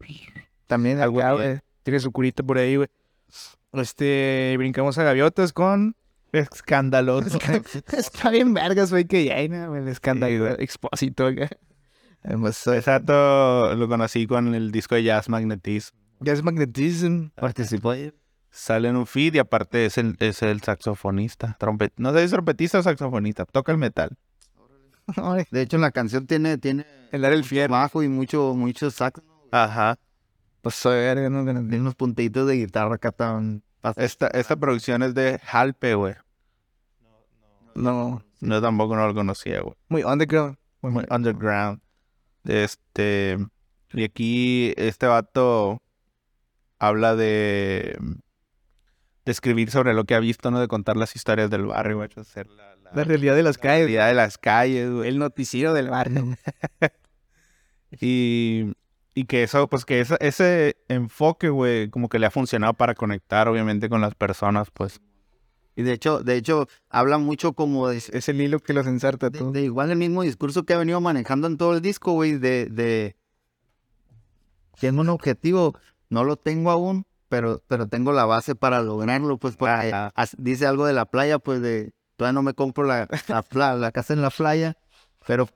Ah, También Algo acá, bien. güey. Tiene su curita por ahí, güey. Este, brincamos a gaviotas con... Escandaloso. Está bien vergas, güey, que ya hay, ¿no? güey? El escándalo, expósito, güey. Además, eh, Exacto, lo conocí con el disco de Jazz Magnetism. ya es magnetism. Participó ahí. Sale en un feed y aparte es el, es el saxofonista. Trompet, no sé si es trompetista o saxofonista. Toca el metal. Ay, De hecho, en la canción tiene, tiene El dar el mucho fierro. bajo y mucho, mucho sax. Ajá. Pues soy verga, no Tiene Magnetism. unos puntitos de guitarra acá tan... Esta, esta producción es de Halpe, güey. No, No, tampoco no lo conocía, güey. muy underground. Muy underground. Este. Y aquí este vato habla de. de escribir sobre lo que ha visto, ¿no? De contar las historias del barrio, güey. Hacer la, la- La realidad de las la calles. realidad de las calles, güey. El noticiero del barrio. Y, y que eso, pues que esa- ese enfoque, güey, como que le ha funcionado para conectar, obviamente, con las personas, pues. Y de hecho, de hecho, habla mucho como de, Es el hilo que los ensarta de- todo. de igual el mismo discurso que ha venido manejando en todo el disco, güey, de, de... Tengo un objetivo, no lo tengo aún, pero, pero tengo la base para lograrlo, pues, porque Ajá. as- dice algo de la playa, pues, de, todavía no me compro la, la, pla- la casa en la playa, pero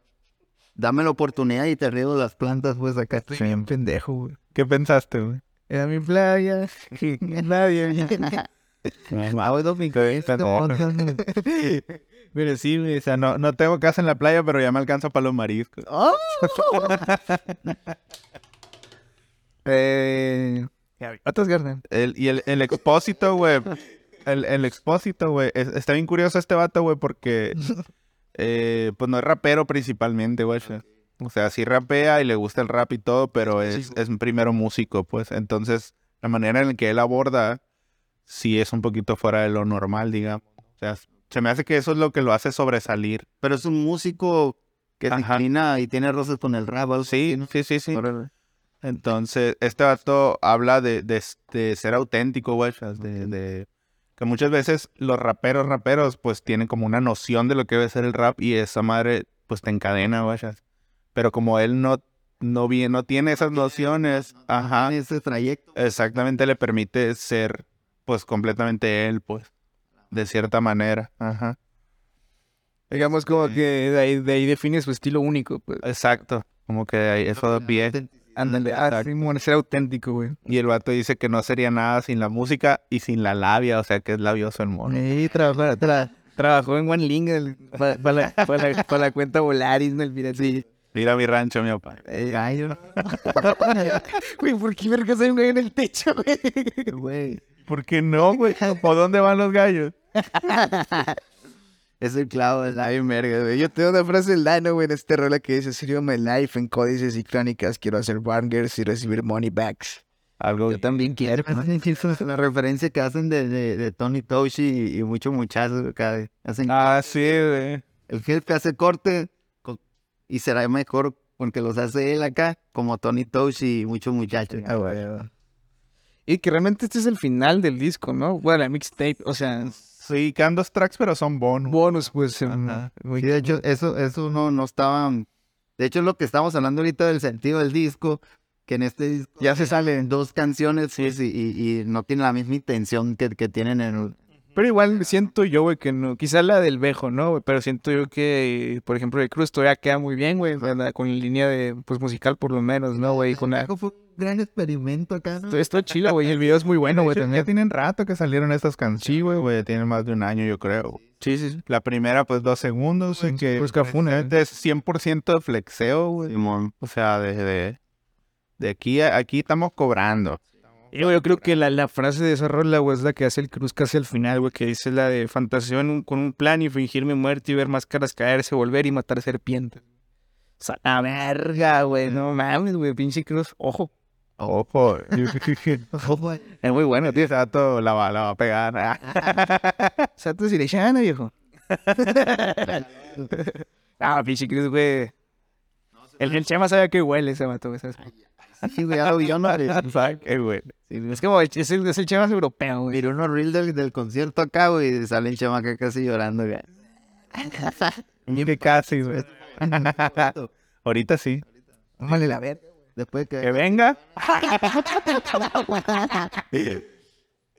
dame la oportunidad y te riego las plantas, pues, acá. Estoy bien pendejo, güey. ¿Qué pensaste, güey? Era mi playa. Nadie. Ah, güey, Domingo, este podcast, güey. Mire, sí, güey, o sea, no, no tengo casa en la playa, pero ya me alcanza para los mariscos. eh, gaviotas, carnal. El- y el, el expósito, güey. El, el expósito, güey. es- está bien curioso este vato, güey, porque. eh, pues no es rapero principalmente, güey. O sea, sí rapea y le gusta el rap y todo, pero es, es primero músico, pues. Entonces, la manera en la que él aborda, sí es un poquito fuera de lo normal, digamos. O sea, se me hace que eso es lo que lo hace sobresalir. Pero es un músico que se Ajá. inclina y tiene roces con el rap, algo así, Sí, ¿no? sí, sí, sí. Órale. Entonces, este vato habla de, de, de ser auténtico, güey, o sea, de, de que muchas veces los raperos, raperos, pues tienen como una noción de lo que debe ser el rap y esa madre, pues te encadena, vaya. Pero como él no, no, vi- no tiene esas nociones, ajá, Ese trayecto. exactamente le permite ser, pues completamente él, pues, de cierta manera, ajá. Digamos como que de ahí, de ahí define su estilo único, pues. Exacto, como que ahí eso da pie. Ándale, ah, Exacto. sí, bueno, ser auténtico, güey. Y el vato dice que no sería nada sin la música y sin la labia, o sea que es labioso el mono. Sí, trabajar, tra- Trabajó en One Ling el- pa- pa la, pa la- pa la cuenta Volaris, ¿no? El pirata. Ir a mi rancho, mi papá. eh, ay, yo- Güey, ¿por qué vergas hay un gallo en el techo, güey? güey. ¿Por qué no, güey? ¿Por dónde van los gallos? Es el clavo del Ay, merga, güey. Yo tengo una frase del Dano, güey, en esta rola que dice, Serio my life en códices y crónicas, quiero hacer bangers y recibir money backs. Algo Yo también quiero. Me hacen chiste. La referencia que hacen de, de, de Tony Toshi y, y muchos muchachos acá. eh, Hacen, Ah, sí, güey. El jefe hace corte co- y será mejor porque los hace él acá, como Tony Toshi y muchos muchachos. Ah, güey. Y que realmente este es el final del disco, ¿no? Bueno, la mixtape, o sea, Sí, quedan dos tracks, pero son bonus. bonus, pues. em, Ajá. güey. Sí, de hecho, eso, eso no, no estaba. De hecho, lo que estamos hablando ahorita del sentido del disco, que en este disco ya se salen dos canciones pues, y, y- y no tienen la misma intención que, que tienen en el. Pero igual siento yo, güey, que no. Quizás la del Bejo, ¿no? güey? Pero siento yo que, por ejemplo, el Cruz todavía queda muy bien, güey. la- la- Con la línea de, pues, musical, por lo menos, ¿no, güey? Con la... Fue un gran experimento acá, ¿no? Esto esto es chila, güey. El video es muy bueno, güey, Ya también. tienen rato que salieron estas canciones, güey, güey, tienen más de un año, yo creo. Sí, sí, sí. La primera, pues, dos segundos, en que Pues Cafuna, precisamente es 100% de flexeo, güey. O sea, desde de aquí, a- aquí estamos cobrando. Y, güey, yo creo que la, la frase de esa rola, güey, es la que hace el Cruz casi al final, güey, que dice la de fantaseo en un- con un plan y fingir mi muerte y ver máscaras caerse, volver y matar serpientes. O sea, la verga, güey. No mames, güey. Pinche Cruz, ojo. Ojo, Oh, güey. Es muy bueno, tío. el dato la va, la va a pegar. Ah, Santos y Lechana, viejo. ah, pinche Cruz, güey. El, el Chema sabe a qué huele ese mato, güey. ¿sabes? Sí, güey, ya lo vi, yo no. Fuck, eh, güey. Es como, el- es el, es el Chema europeo, güey. Miré unos reels del, del concierto acá, güey, y sale el chamaca casi llorando, güey. Que casi, güey. Ahorita sí. Vale, la verga. Después que. Que venga.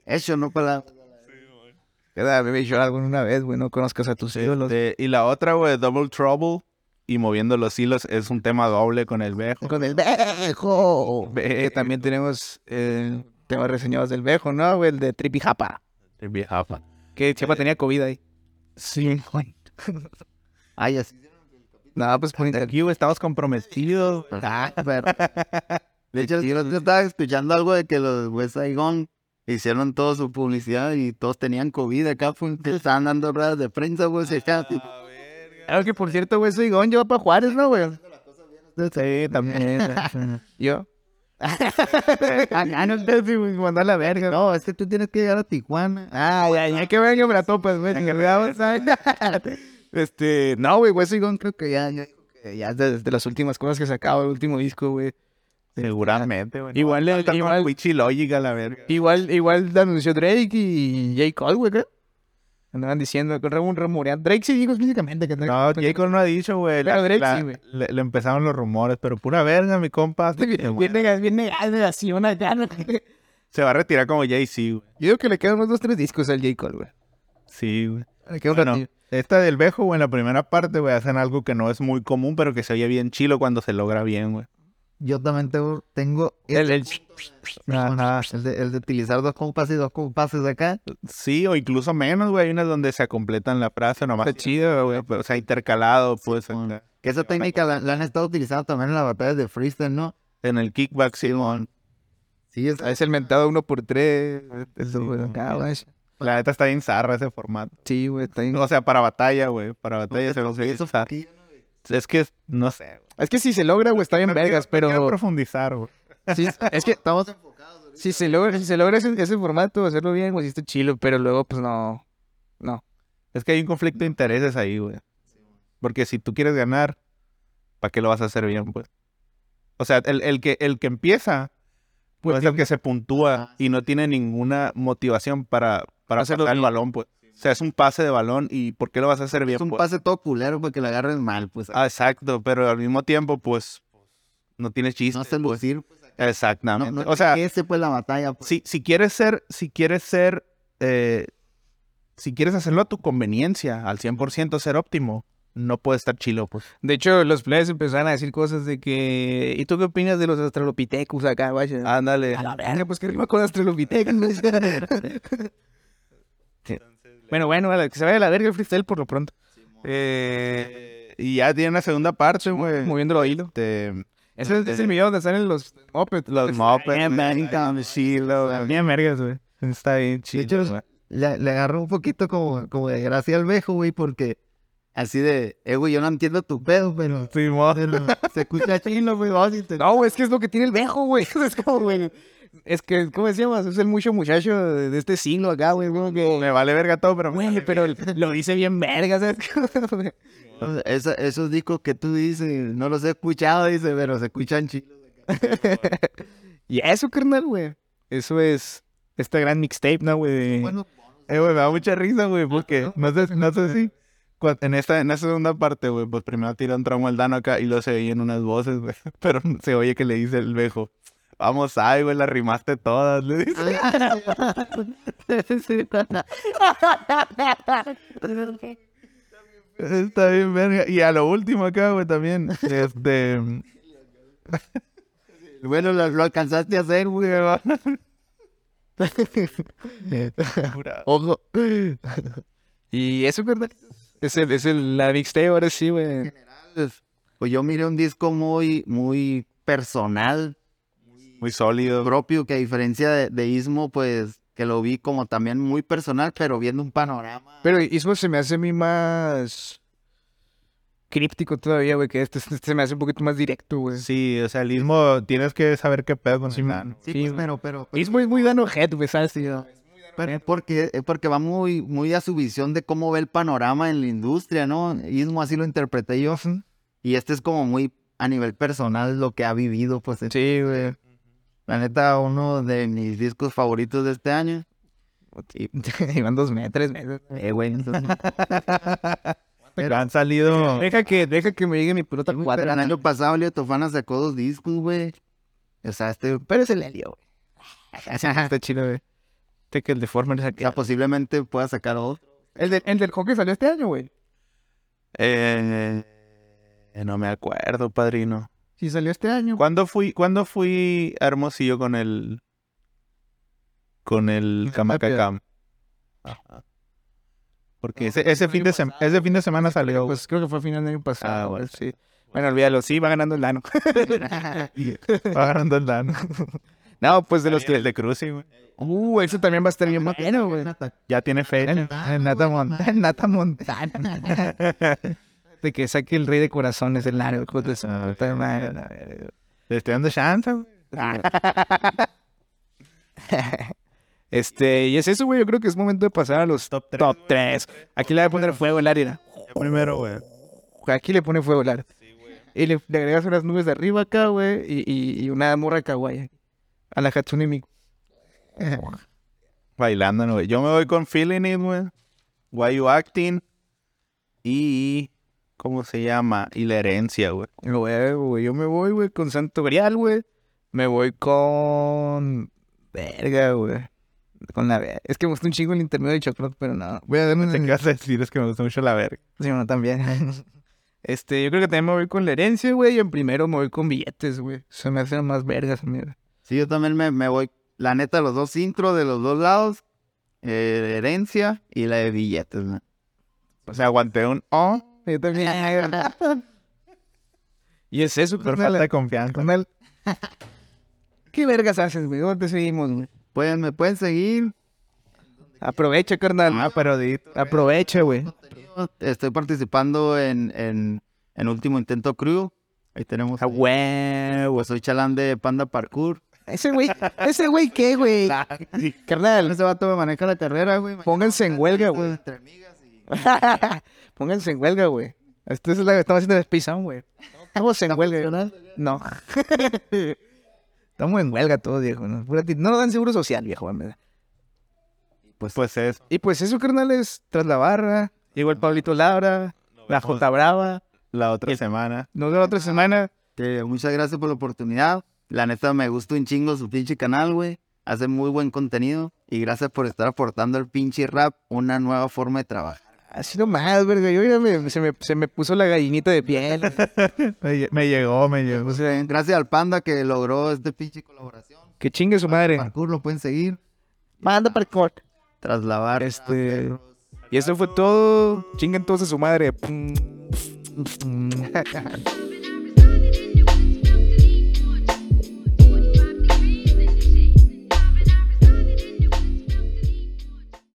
Eso no para. Queda, bebé, llorar alguna vez, güey. No conozcas a tus ídolos. Este, y la otra, güey, Double Trouble y Moviendo los Hilos es un tema doble con el Bejo. Con el Bejo. Que también tenemos eh, temas reseñados del Bejo, ¿no? güey? El de Trippy Japa. Que Chema tenía COVID ahí. Sí, güey. Ay, así. Nada, pues por internet. Aquí, güey, estamos comprometidos. Ah, pero- De hecho, yo estaba escuchando algo de que los West Saigon hicieron toda su publicidad y todos tenían COVID acá, pues, que estaban dando ruedas de prensa, güey. se quedan así. Claro que, por cierto, güey, soy Gon, yo para Juárez, ¿no, güey? Sí, también. Yo. Ah, no sé si me mandó a la verga. No, es que tú tienes que llegar a Tijuana. Ah, ya, ya que venga, me la topas, güey. encargamos, ¿sabes? Este, no, güey, Wesley Gon creo que ya, ya, dijo que ya es de, de las últimas cosas que sacaba el último disco, güey. Seguramente, güey. Igual le- Está con igual- Wichi Logic a la verga. Igual, igual anunció Drake y J. Cole, güey, creo. Andaban diciendo que era un rumoreado. Drake sí dijo físicamente que No, Jacob no ha dicho, güey. Pero La- Drake la- sí, güey. Le, le empezaron los rumores, pero pura verga, mi compa. Eh, Viene, viene, viene, así, una gana. Yo Se va a retirar como Jay-Z, güey. digo que le quedan unos dos, tres discos al J. Cole, güey. Sí, güey. Le queda un Bueno, ratillo. esta del Bejo, güey, en la primera parte, güey, hacen algo que no es muy común, pero que se oye bien chilo cuando se logra bien, güey. Yo también tengo, tengo El- el- Ajá. el de, el de utilizar dos compases y dos compases acá. Sí, o incluso menos, güey. Hay unas donde se completan la frase nomás. Está chido, güey. O sea, intercalado, pues, acá. Que esa técnica la, la han estado utilizando también en las batallas de freestyle, ¿no? en el kickback, Simón. Sí, es, Es el mentado uno por tres. Eso, güey, acá, güey. La neta está bien zarra ese formato. Sí, güey, está bien. O sea, para batalla, güey. Para batalla se consigue eso usar. sí, Es que, no sé. güey. Es que si se logra, güey, está bien No quiero- vergas, no quiero pero... profundizar, güey. Sí, es que estamos Si se logra, si se logra ese, ese formato, hacerlo bien, güey, sí está chilo, pero luego, pues no. No. Es que hay un conflicto de intereses ahí, güey. Porque si tú quieres ganar, ¿para qué lo vas a hacer bien, pues? O sea, el, el que, el que empieza Pues el que se puntúa y no tiene ninguna motivación para, para Hacerlo pasar el bien. balón, pues. O sea, es un pase de balón y ¿por qué lo vas a hacer bien? Es un pues? pase todo culero porque lo agarren mal, pues. Ah, exacto, pero al mismo tiempo, pues, no tiene chiste. no hacen pues. lucir. Exactamente. No, no, Ah, o sea, ese pues la batalla. pues. si, si quieres ser, si quieres ser, eh, si quieres hacerlo a tu conveniencia, al 100% ser óptimo, no puede estar chilo, pues. De hecho, los players empezaron a decir cosas de que. ¿Y tú qué opinas de los astralopithecus acá, guacha? Ándale. A la verga, pues que rima con astralopithecus. Sí. bueno, bueno, a la- que se vaya a la verga el freestyle por lo pronto. Eh, y ya tiene una segunda parte, güey. Moviéndolo a hilo. Este, Ese es, es el video donde salen los mopeds. los mopeds. Bien, vergas, güey. Está bien chido. hecho, güey. Le, le agarró un poquito como, como de gracia al vejo, güey, porque así de, eh, güey, yo no entiendo tu pedo, pero, Sí, mo- pero se escucha chino, güey, vamos a intentar. No, güey, es que es lo que tiene el vejo, güey. Es como, güey. Es que, ¿cómo decíamos? Es el mucho muchacho de, de este siglo acá, güey. como que- Me vale verga todo, pero... Güey, pero lo dice bien verga, ¿sabes? Esa- esos discos que tú dices, no los he escuchado, dice, pero se escuchan chinos. y eso, carnal, güey. Eso es esta gran mixtape, ¿no, güey? Bueno, Eh, güey, me da mucha risa, güey, porque no sé, no sé si cua- en esta, en esta segunda parte, güey, pues primero tira un tramo al Dano acá y lo se oyen unas voces, güey. Pero se oye que le dice el vejo, vamos ay, güey, la rimaste todas, le dice. Está bien, verga. Y a lo último acá, güey, también, este... Bueno, lo, lo alcanzaste a hacer, güey. va. Ojo. Y eso, carnal. Es, el, es el, la mixtape, ahora sí, güey. Pues yo miré un disco muy, muy personal, Muy sólido. propio, que a diferencia de, de Istmo, pues que lo vi como también muy personal, pero viendo un panorama. Pero eso se me hace a mí más críptico todavía, güey, que este, este se me hace un poquito más directo, güey. Sí, o sea, el ismo, tienes que saber qué pedo con el Dano. sí, sí, pues, güey. pero, pero, Es muy, muy dano head, güey, ¿sabes? Sí, ¿no? Pero porque, eh, porque va muy, muy a su visión de cómo ve el panorama en la industria, ¿no? Istmo así lo interpreté yo. Y este es como muy a nivel personal lo que ha vivido, pues. en- Sí, güey. La neta, uno de mis discos favoritos de este año. Iban dos meses, tres meses. Eh, güey, entonces- Pero han salido... Deja que, deja que me llegue mi pelota Pero el cuadrada. año pasado Leo Tofana sacó dos discos, güey. O sea, este, Pero es el helio, güey. Está chido, güey. Este que el de Former o sea, posiblemente pueda sacar otro. El, del- el del hockey salió este año, güey. Eh, eh, no me acuerdo, padrino. Sí, salió este año. ¿Cuándo fui, cuándo fui a Hermosillo con el. con el Kamakatam? Porque ese, ese, fin de sem- ese fin de semana salió. Pues creo que fue a final del año pasado. Ah, bueno. sí. Bueno, olvídalo. Sí, va ganando el Lano. agarrando el Dan. no, pues de los El que... de Cruci, güey. Uh, eso también va a estar bien bueno, güey. Ya tiene fecha. El Nata Montana. El Nata Montana. De que saque el rey de corazones, el Lano. hijo de su puta madre, Ah, la verga. Le estoy dando chance, güey. Este, y es eso, güey. Yo creo que es momento de pasar a los top 3. Aquí le voy a poner fuego el área. Primero, güey. Aquí le pone fuego el área. Y le, le agregas unas nubes de arriba acá, güey. Y, y- y una morra kawaii. A la Hatsune Miku. Bailando, güey. Yo me voy con Feeling It, güey. Why You Acting. Y. ¿Cómo se llama? Y la herencia, güey. Güey, güey. Yo me voy, güey, con Santo Grial, güey. Me voy con. Verga, güey. Con la verga. Es que me gusta un chingo el intermedio de chocolate, pero no. Voy a darme ¿Qué vas a decir? Es que me gusta mucho la verga. Sí, bueno, también. Este, yo creo que también me voy con la herencia, güey. Y en primero me voy con billetes, güey. Se me hacen más vergas, mira. Sí, yo también me, me voy. La neta, los dos intros de los dos lados. eh, herencia y la de billetes, ¿no? O sea, aguanté un. Oh, Yo también. y es eso, por carnal. falta de confianza. Carnal. ¿Qué vergas haces, güey? ¿Dónde te seguimos, güey? Pueden, me pueden seguir. Aprovecha, carnal. Ah, pero di- Aprovecha, güey. Estoy participando en, en, en Último Intento Crew. Ahí tenemos. A huevo. Pues soy chalán de Panda Parkour. Ese güey, ese güey, ¿qué, güey? Carnal, este Ese vato me maneja la carrera, güey. pónganse en huelga, güey. Entre amigas y- Pónganse en huelga, güey. Esto es la que estamos haciendo el Space Sound, güey. Estamos en huelga, ¿verdad? No. Estamos en huelga todos, viejo. No, Pura ti- no nos dan seguro social, viejo, en verdad. Pues, pues es. Y pues eso, carnales, tras la barra. Llegó el Pablito Labra, la J Brava. La otra semana. Nos vemos la otra semana. Que muchas gracias por la oportunidad. La neta, me gusta un chingo su pinche canal, güey. Hace muy buen contenido. Y gracias por estar aportando al pinche rap una nueva forma de trabajo. Así nomás, verga. Yo mira, me- se, me, se me puso la gallinita de piel. Me, lle- me llegó, me llegó. Gracias al Panda que logró este pinche colaboración. que chingue su madre. Parkour lo pueden seguir. Manda para corte. Traslavar. Este. Y eso fue todo. Chinguen todos a su madre. Pum.